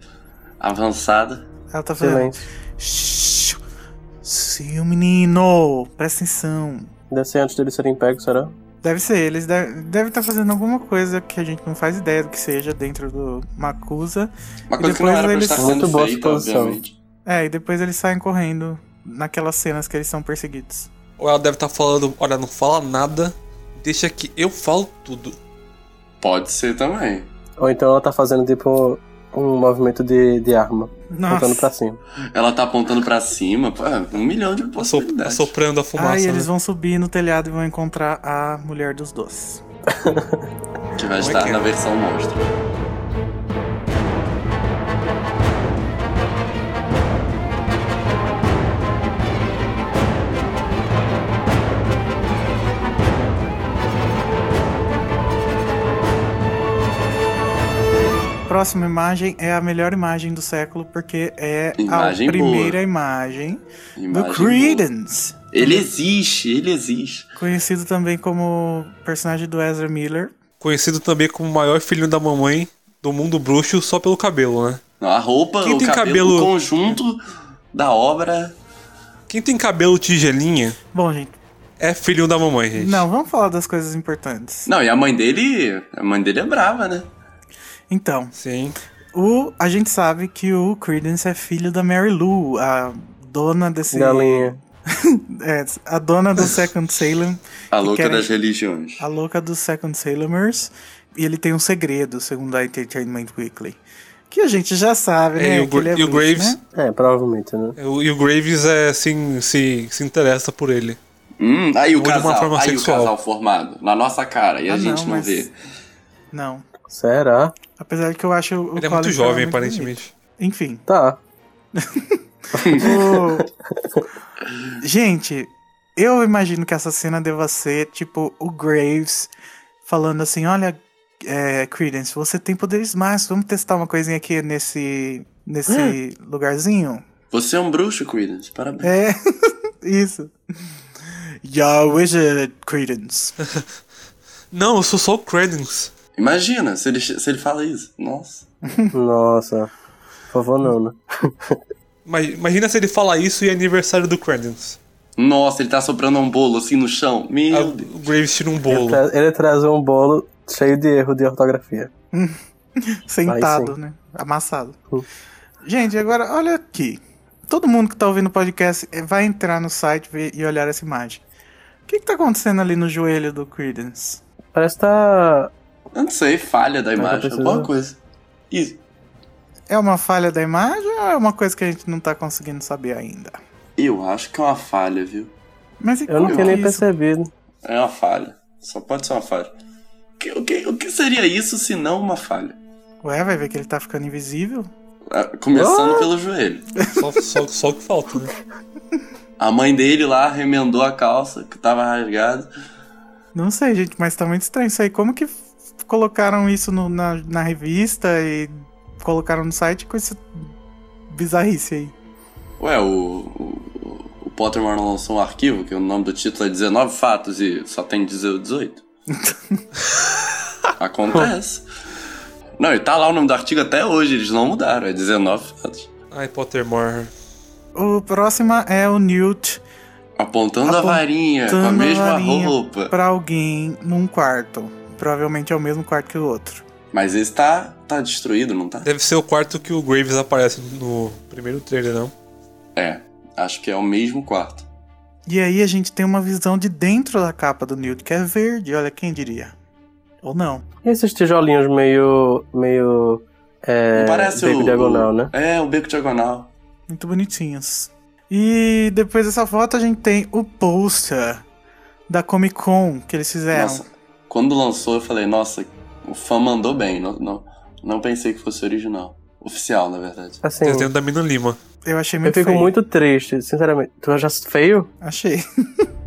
S4: avançada.
S1: Ela tá fazendo.
S2: Silêncio.
S1: "Shh, Seal, menino! Presta atenção.
S2: Deve ser antes deles serem pegos, será?
S1: Deve ser, eles deve- devem estar fazendo alguma coisa que a gente não faz ideia do que seja dentro do Macusa.
S4: Uma
S1: E
S4: coisa que não
S1: depois
S4: era pra
S1: eles-
S4: estar
S2: Muito
S4: sendo
S2: boa
S4: feita,
S2: suposição.
S4: obviamente.
S1: É, e depois eles saem correndo naquelas cenas que eles são perseguidos.
S3: Ou ela deve estar falando, olha, não fala nada, deixa que eu falo tudo.
S4: Pode ser também.
S2: Ou então ela tá fazendo tipo um movimento de, de arma, apontando pra cima.
S4: Ela tá apontando pra cima, pô, um milhão de
S3: Assop,
S4: possibilidades.
S3: assoprando a fumaça.
S1: Aí eles
S3: né?
S1: vão subir no telhado e vão encontrar a mulher dos dois.
S4: Que vai
S3: Como é
S4: estar
S3: que é?
S4: na versão monstro.
S1: Próxima imagem é a melhor imagem do século, porque é
S4: Imagem
S1: a primeira
S4: boa.
S1: imagem do
S4: Imagem
S1: Credence.
S4: boa. Ele existe, ele existe.
S1: Conhecido também como personagem do Ezra Miller.
S3: Conhecido também como o maior filhinho da mamãe do mundo bruxo só pelo cabelo, né?
S4: Não, a roupa,
S3: Quem
S4: o
S3: tem
S4: cabelo,
S3: cabelo-
S4: o conjunto da obra.
S3: Quem tem cabelo tigelinha
S1: Bom, gente,
S3: é filhinho da mamãe, gente.
S1: não, vamos falar das coisas importantes.
S4: Não, e a mãe dele. A mãe dele é brava, né?
S1: Então,
S3: Sim.
S1: o, a gente sabe que o Credence é filho da Mary Lou, a dona desse.
S2: Galinha.
S1: É, a dona do Second Salem.
S4: A
S1: que
S4: louca
S1: querem-
S4: das religiões.
S1: A louca dos Second Salemers. E ele tem um segredo, segundo a Entertainment Weekly. Que a gente já sabe,
S3: É,
S1: né?
S3: e o
S1: que ele
S3: Gra- e o
S1: bruxo,
S3: Graves?
S1: né?
S2: É, provavelmente, né?
S3: É, o- E o Graves é, assim, se, se interessa por ele.
S4: Hum, aí o
S3: Ou de uma
S4: casal.
S3: forma
S4: aí
S3: sexual.
S4: o casal formado. Na nossa cara. E a
S1: Ah,
S4: gente
S1: não,
S4: não,
S1: mas-
S4: vê.
S1: Não.
S2: Será?
S1: Apesar de que eu acho o
S3: Ele é
S1: Colin
S3: muito jovem,
S1: Farrell bonito.
S3: aparentemente.
S1: Enfim.
S2: Tá.
S1: o- Tipo, gente, eu imagino que essa cena deva ser, tipo, o Graves falando assim, olha, é, Credence, você tem poderes mágicos, vamos testar uma coisinha aqui nesse, nesse lugarzinho?
S4: Você é um bruxo, Credence. Parabéns.
S1: É, isso. You're wizard, Credence.
S3: Não, eu sou só o Credence.
S4: Imagina se ele, se ele fala isso. Nossa.
S2: Nossa. Por favor, não, né?
S3: Ima- Imagina se ele fala isso e é aniversário do Credence.
S4: Nossa, ele tá soprando um bolo assim no chão. Meu
S3: Aí
S4: Deus.
S3: O Graves tira um
S2: Ele,
S3: bolo.
S2: tra- ele traz um bolo cheio de erro de ortografia.
S1: Sentado,
S2: Vai,
S1: né? Amassado.
S2: Hum.
S1: Gente, agora olha aqui. Todo mundo que tá ouvindo o podcast eh, vai entrar no site ver- e olhar essa imagem. O que, que tá acontecendo ali no joelho do Credence?
S2: Parece que tá.
S4: Eu não sei, falha da
S2: que
S4: imagem,
S2: precisa?
S4: alguma coisa. Isso.
S1: É uma falha da imagem ou é uma coisa que a gente não tá conseguindo saber ainda?
S4: Eu acho que é uma falha, viu?
S1: Mas e
S2: Eu não
S1: como
S2: tinha
S1: que
S2: nem
S1: isso-
S2: percebido.
S4: É uma falha. Só pode ser uma falha. O que, o que, o que seria isso se não uma falha?
S1: Ué, vai ver que ele tá ficando invisível?
S4: Ah, Começando pelo joelho.
S3: Só, só, só o que falta, né?
S4: A mãe dele lá remendou a calça, que tava rasgada.
S1: Não sei, gente, mas tá muito estranho isso aí. Como que f- colocaram isso no- na, na revista e colocaram no site com essa bizarrice aí?
S4: Ué, o, o, o Pottermore lançou um arquivo que o nome do título é 19 fatos e só tem 18. Acontece. Não, e tá lá o nome do artigo até hoje, eles não mudaram, é 19 fatos.
S3: Ai, Pottermore.
S1: O próxima é o Newt
S4: Apontando a
S1: Apontando
S4: varinha com a
S1: tando
S4: mesma
S1: varinha
S4: roupa.
S1: pra alguém num quarto. Provavelmente é o mesmo quarto que o outro.
S4: Mas esse tá, tá destruído, não tá?
S3: Deve ser o quarto que o Graves aparece no primeiro trailer, não?
S4: É, acho que é o mesmo quarto.
S1: E aí a gente tem uma visão de dentro da capa do Newt, que é verde, olha quem diria. Ou não.
S2: E esses tijolinhos meio. meio. É,
S4: não parece
S2: beco
S4: o.
S2: diagonal,
S4: o-
S2: né?
S4: É, o beco diagonal.
S1: Muito bonitinhos. E depois dessa foto a gente tem o poster da Comic Con que eles fizeram.
S4: Nossa, quando lançou eu falei, nossa, o fã mandou bem. Não, não, não pensei que fosse original. Oficial, na verdade.
S2: Assim,
S3: Desenho da Mina Lima.
S1: Eu achei
S2: eu
S1: muito
S2: fico
S1: feio.
S2: muito triste, sinceramente. Tu já feio?
S1: Achei.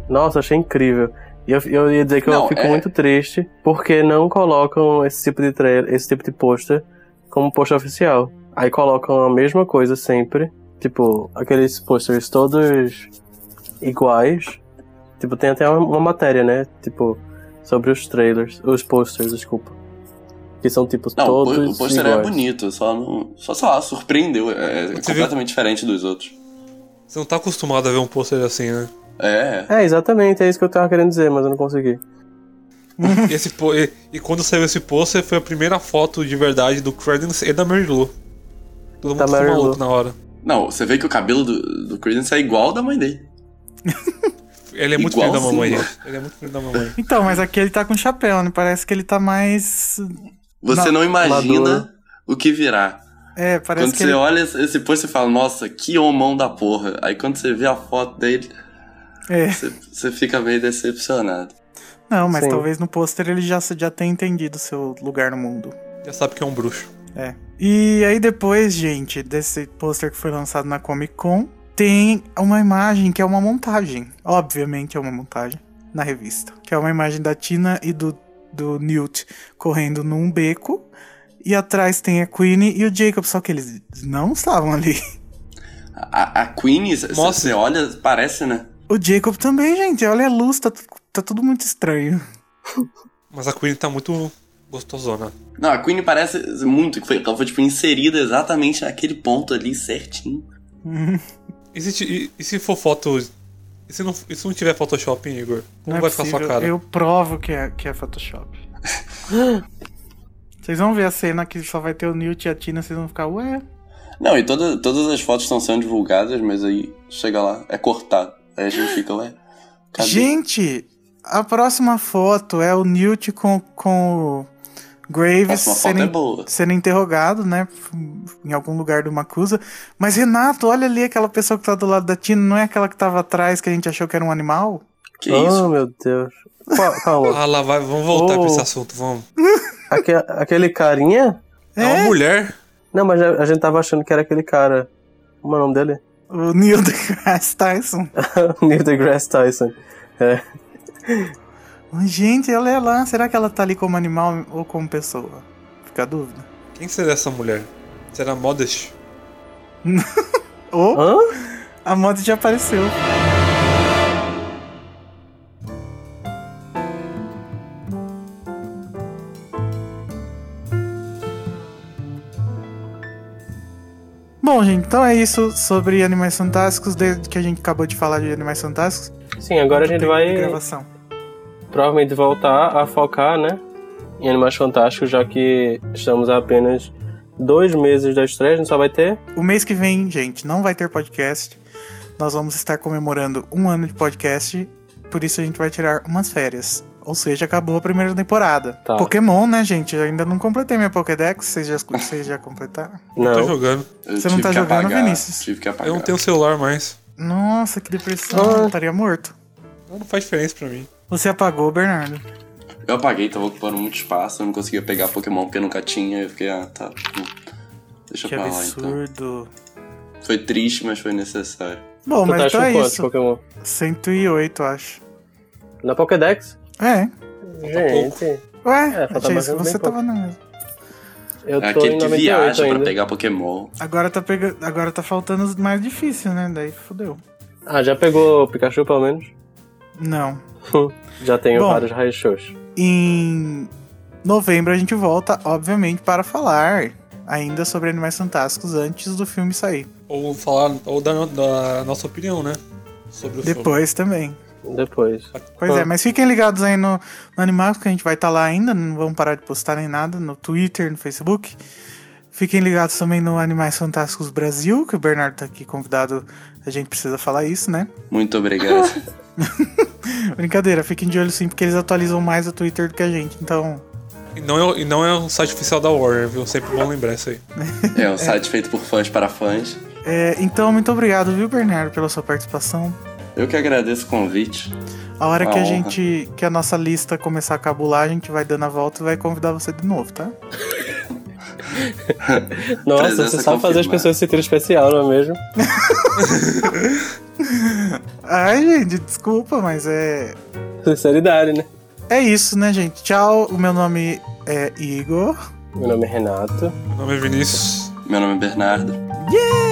S2: Nossa, achei incrível. E eu, eu ia dizer que
S4: Não,
S2: eu fico
S4: é-
S2: muito triste porque não colocam esse tipo de trailer, esse tipo de pôster como pôster oficial. Aí colocam a mesma coisa sempre. Tipo, aqueles posters todos iguais. Tipo, tem até uma, uma matéria, né? Tipo, sobre os trailers. Os posters, desculpa. Que são, tipo,
S4: Não, o
S2: todos
S4: po- o pôster
S2: iguais.
S4: é bonito, só não. Só, sei lá, surpreendeu. É, é
S3: Você viu?
S4: completamente diferente dos outros.
S3: Você não tá acostumado a ver um pôster assim, né?
S4: É,
S2: É, exatamente, é isso que eu tava querendo dizer, mas eu não consegui.
S3: E, esse pô- e- e quando saiu esse pôster, foi a primeira foto de verdade do Credence e da Mary Lou. Todo mundo
S2: Da
S3: ficou
S2: Mary
S3: maluco
S2: Lou.
S3: na hora.
S4: Não, você vê que o cabelo do, do Credence é igual ao da mãe dele.
S3: Ele é muito filho da
S4: Igualzinho,
S3: mamãe.
S4: mano.
S3: gente. Ele é muito filho da mamãe.
S1: Então, mas aqui ele tá com chapéu, né? Parece que ele tá mais.
S4: Você não, imagina
S2: madura.
S4: o que virá.
S1: É, parece
S4: quando
S1: que
S4: você
S1: ele.
S4: olha esse esse pôster, você fala, nossa, que homão da porra. Aí quando você vê a foto dele,
S1: É.
S4: você, você fica meio decepcionado.
S1: Não, mas
S2: Sim.
S1: talvez no pôster ele já, já tenha entendido seu lugar no mundo.
S3: Já sabe que é um bruxo.
S1: É. E aí depois, gente, desse pôster que foi lançado na Comic Con, tem uma imagem que é uma montagem. Obviamente é uma montagem na revista. Que é uma imagem da Tina e do, do Newt correndo num beco. E atrás tem a Queenie e o Jacob, só que eles não estavam ali.
S4: A, a Queen, você
S3: Nossa.
S4: você olha, parece, né?
S1: O Jacob também, gente. Olha a luz, tá, tu- tá tudo muito estranho.
S3: Mas a Queen tá muito gostosona.
S4: Não, a Queen parece muito que foi, ela foi tipo, inserida exatamente naquele ponto ali, certinho.
S1: Uhum.
S3: E se, ti- e- e se for foto. E se não, e se não tiver Photoshop, hein, Igor? Como
S1: é
S3: vai ficar sua
S1: possível.
S3: cara?
S1: Eu provo que é, que é Photoshop. vocês vão ver a cena que só vai ter o Newt e a Tina, vocês vão ficar, ué.
S4: Não, e toda, todas as fotos estão sendo divulgadas, mas aí chega lá, é cortado. Aí a gente fica, ué. cadê?
S1: Gente, a próxima foto é o Newt com, com o Graves
S4: Nossa, uma foto
S1: sendo,
S4: é boa.
S1: sendo interrogado, né? Em algum lugar de uma acusa. Mas Renato, olha ali aquela pessoa que tá do lado da Tina, não é aquela que tava atrás que a gente achou que era um animal?
S4: Que
S2: oh,
S4: isso?
S2: meu Deus. Qual, calma.
S3: Ah, lá vai. Vamos voltar
S2: Oh.
S3: pra esse assunto, vamos.
S2: Aque- aquele carinha?
S3: É, uma mulher.
S2: Não, mas a, a gente tava achando que era aquele cara. Como é o nome dele?
S1: O Neil deGrasse Tyson.
S2: Neil deGrasse Tyson.
S1: Gente, ela é lá. Será que ela tá ali como animal ou como pessoa? Fica a dúvida.
S3: Quem será essa mulher? Será Modest?
S1: Ou
S2: Hã?
S1: a moda já apareceu. Bom, gente, então é isso sobre Animais Fantásticos, desde que a gente acabou de falar de Animais Fantásticos.
S2: Sim, agora a gente vai
S1: Gravação.
S2: provavelmente voltar a focar, né? Em Animais Fantásticos, já que estamos a apenas dois meses da estreia, a gente só vai ter.
S1: O mês que vem, gente, não vai ter podcast. Nós vamos estar comemorando um ano de podcast. Por isso a gente vai tirar umas férias. Ou seja, acabou a primeira temporada.
S2: Tá.
S1: Pokémon, né, gente? Eu ainda não completei minha Pokédex. Vocês já, vocês já completaram?
S3: Tô
S2: Não.
S3: jogando.
S4: Eu Tá
S1: Você não
S4: tive
S1: tá
S4: que
S1: jogando,
S4: apagar,
S1: Vinícius?
S4: Oh, Tive que apagar.
S3: Eu não tenho celular mais.
S1: Nossa, que depressão.
S2: Ah.
S1: Eu estaria morto.
S3: Não faz diferença pra mim.
S1: Você apagou, Bernardo.
S4: Eu apaguei, tava ocupando muito espaço, eu não conseguia pegar Pokémon porque eu nunca tinha, eu fiquei, ah, tá. hum, Deixa
S1: Que
S4: pra lá então.
S1: absurdo.
S4: Foi triste, mas foi necessário.
S1: Bom,
S2: Tu tá
S1: mas então é
S2: achando quantos
S1: isso.
S2: Pokémon?
S1: 108, acho.
S2: Na Pokédex?
S1: É.
S2: Gente.
S1: Ué,
S2: falta
S1: achei
S2: É, mais
S1: isso.
S2: um bem
S1: Você
S2: pouco.
S1: tava na mesma.
S2: Eu
S4: É
S2: tô
S4: aquele
S2: em
S4: que
S2: 98
S4: viaja pra
S2: ainda.
S4: pegar Pokémon.
S1: Agora tá, pega... Agora tá faltando os mais difíceis, né? Daí fodeu.
S2: Ah, já pegou o Pikachu, pelo menos?
S1: Não.
S2: já tenho
S1: Bom.
S2: vários Raichus.
S1: Em novembro a gente volta, obviamente, para falar ainda sobre Animais Fantásticos antes do filme sair.
S3: Ou falar, ou dar no- da nossa opinião, né? Sobre o filme.
S1: Depois também.
S2: Depois.
S1: Pois é, mas fiquem ligados aí no, no Animais, que a gente vai estar lá ainda, não vamos parar de postar nem nada, no Twitter, no Facebook. Fiquem ligados também no Animais Fantásticos Brasil, que o Bernardo tá aqui convidado, a gente precisa falar isso, né?
S4: Muito obrigado.
S1: Brincadeira, fiquem de olho sim, porque eles atualizam mais o Twitter do que a gente, então
S3: E não, é, o- e não é um site oficial da Warner, viu? Sempre bom lembrar isso aí.
S4: é um site feito por fãs para fãs.
S1: É, então, muito obrigado, viu, Bernardo, pela sua participação.
S4: Eu que agradeço o convite.
S1: A hora
S4: Uma
S1: que a
S4: honra.
S1: gente. que a nossa lista começar a cabular, a gente vai dando a volta e vai convidar você de novo, tá?
S2: Nossa,
S4: Presença
S2: você sabe fazer as
S4: confirmada.
S2: pessoas se sentirem especial, não é mesmo?
S1: Ai, gente, desculpa, mas é.
S2: Sinceridade, né?
S1: É isso, né, gente? Tchau, o meu nome é Igor.
S2: Meu nome é Renato.
S3: Meu nome é Vinícius.
S4: Meu nome é Bernardo.
S1: Yeah!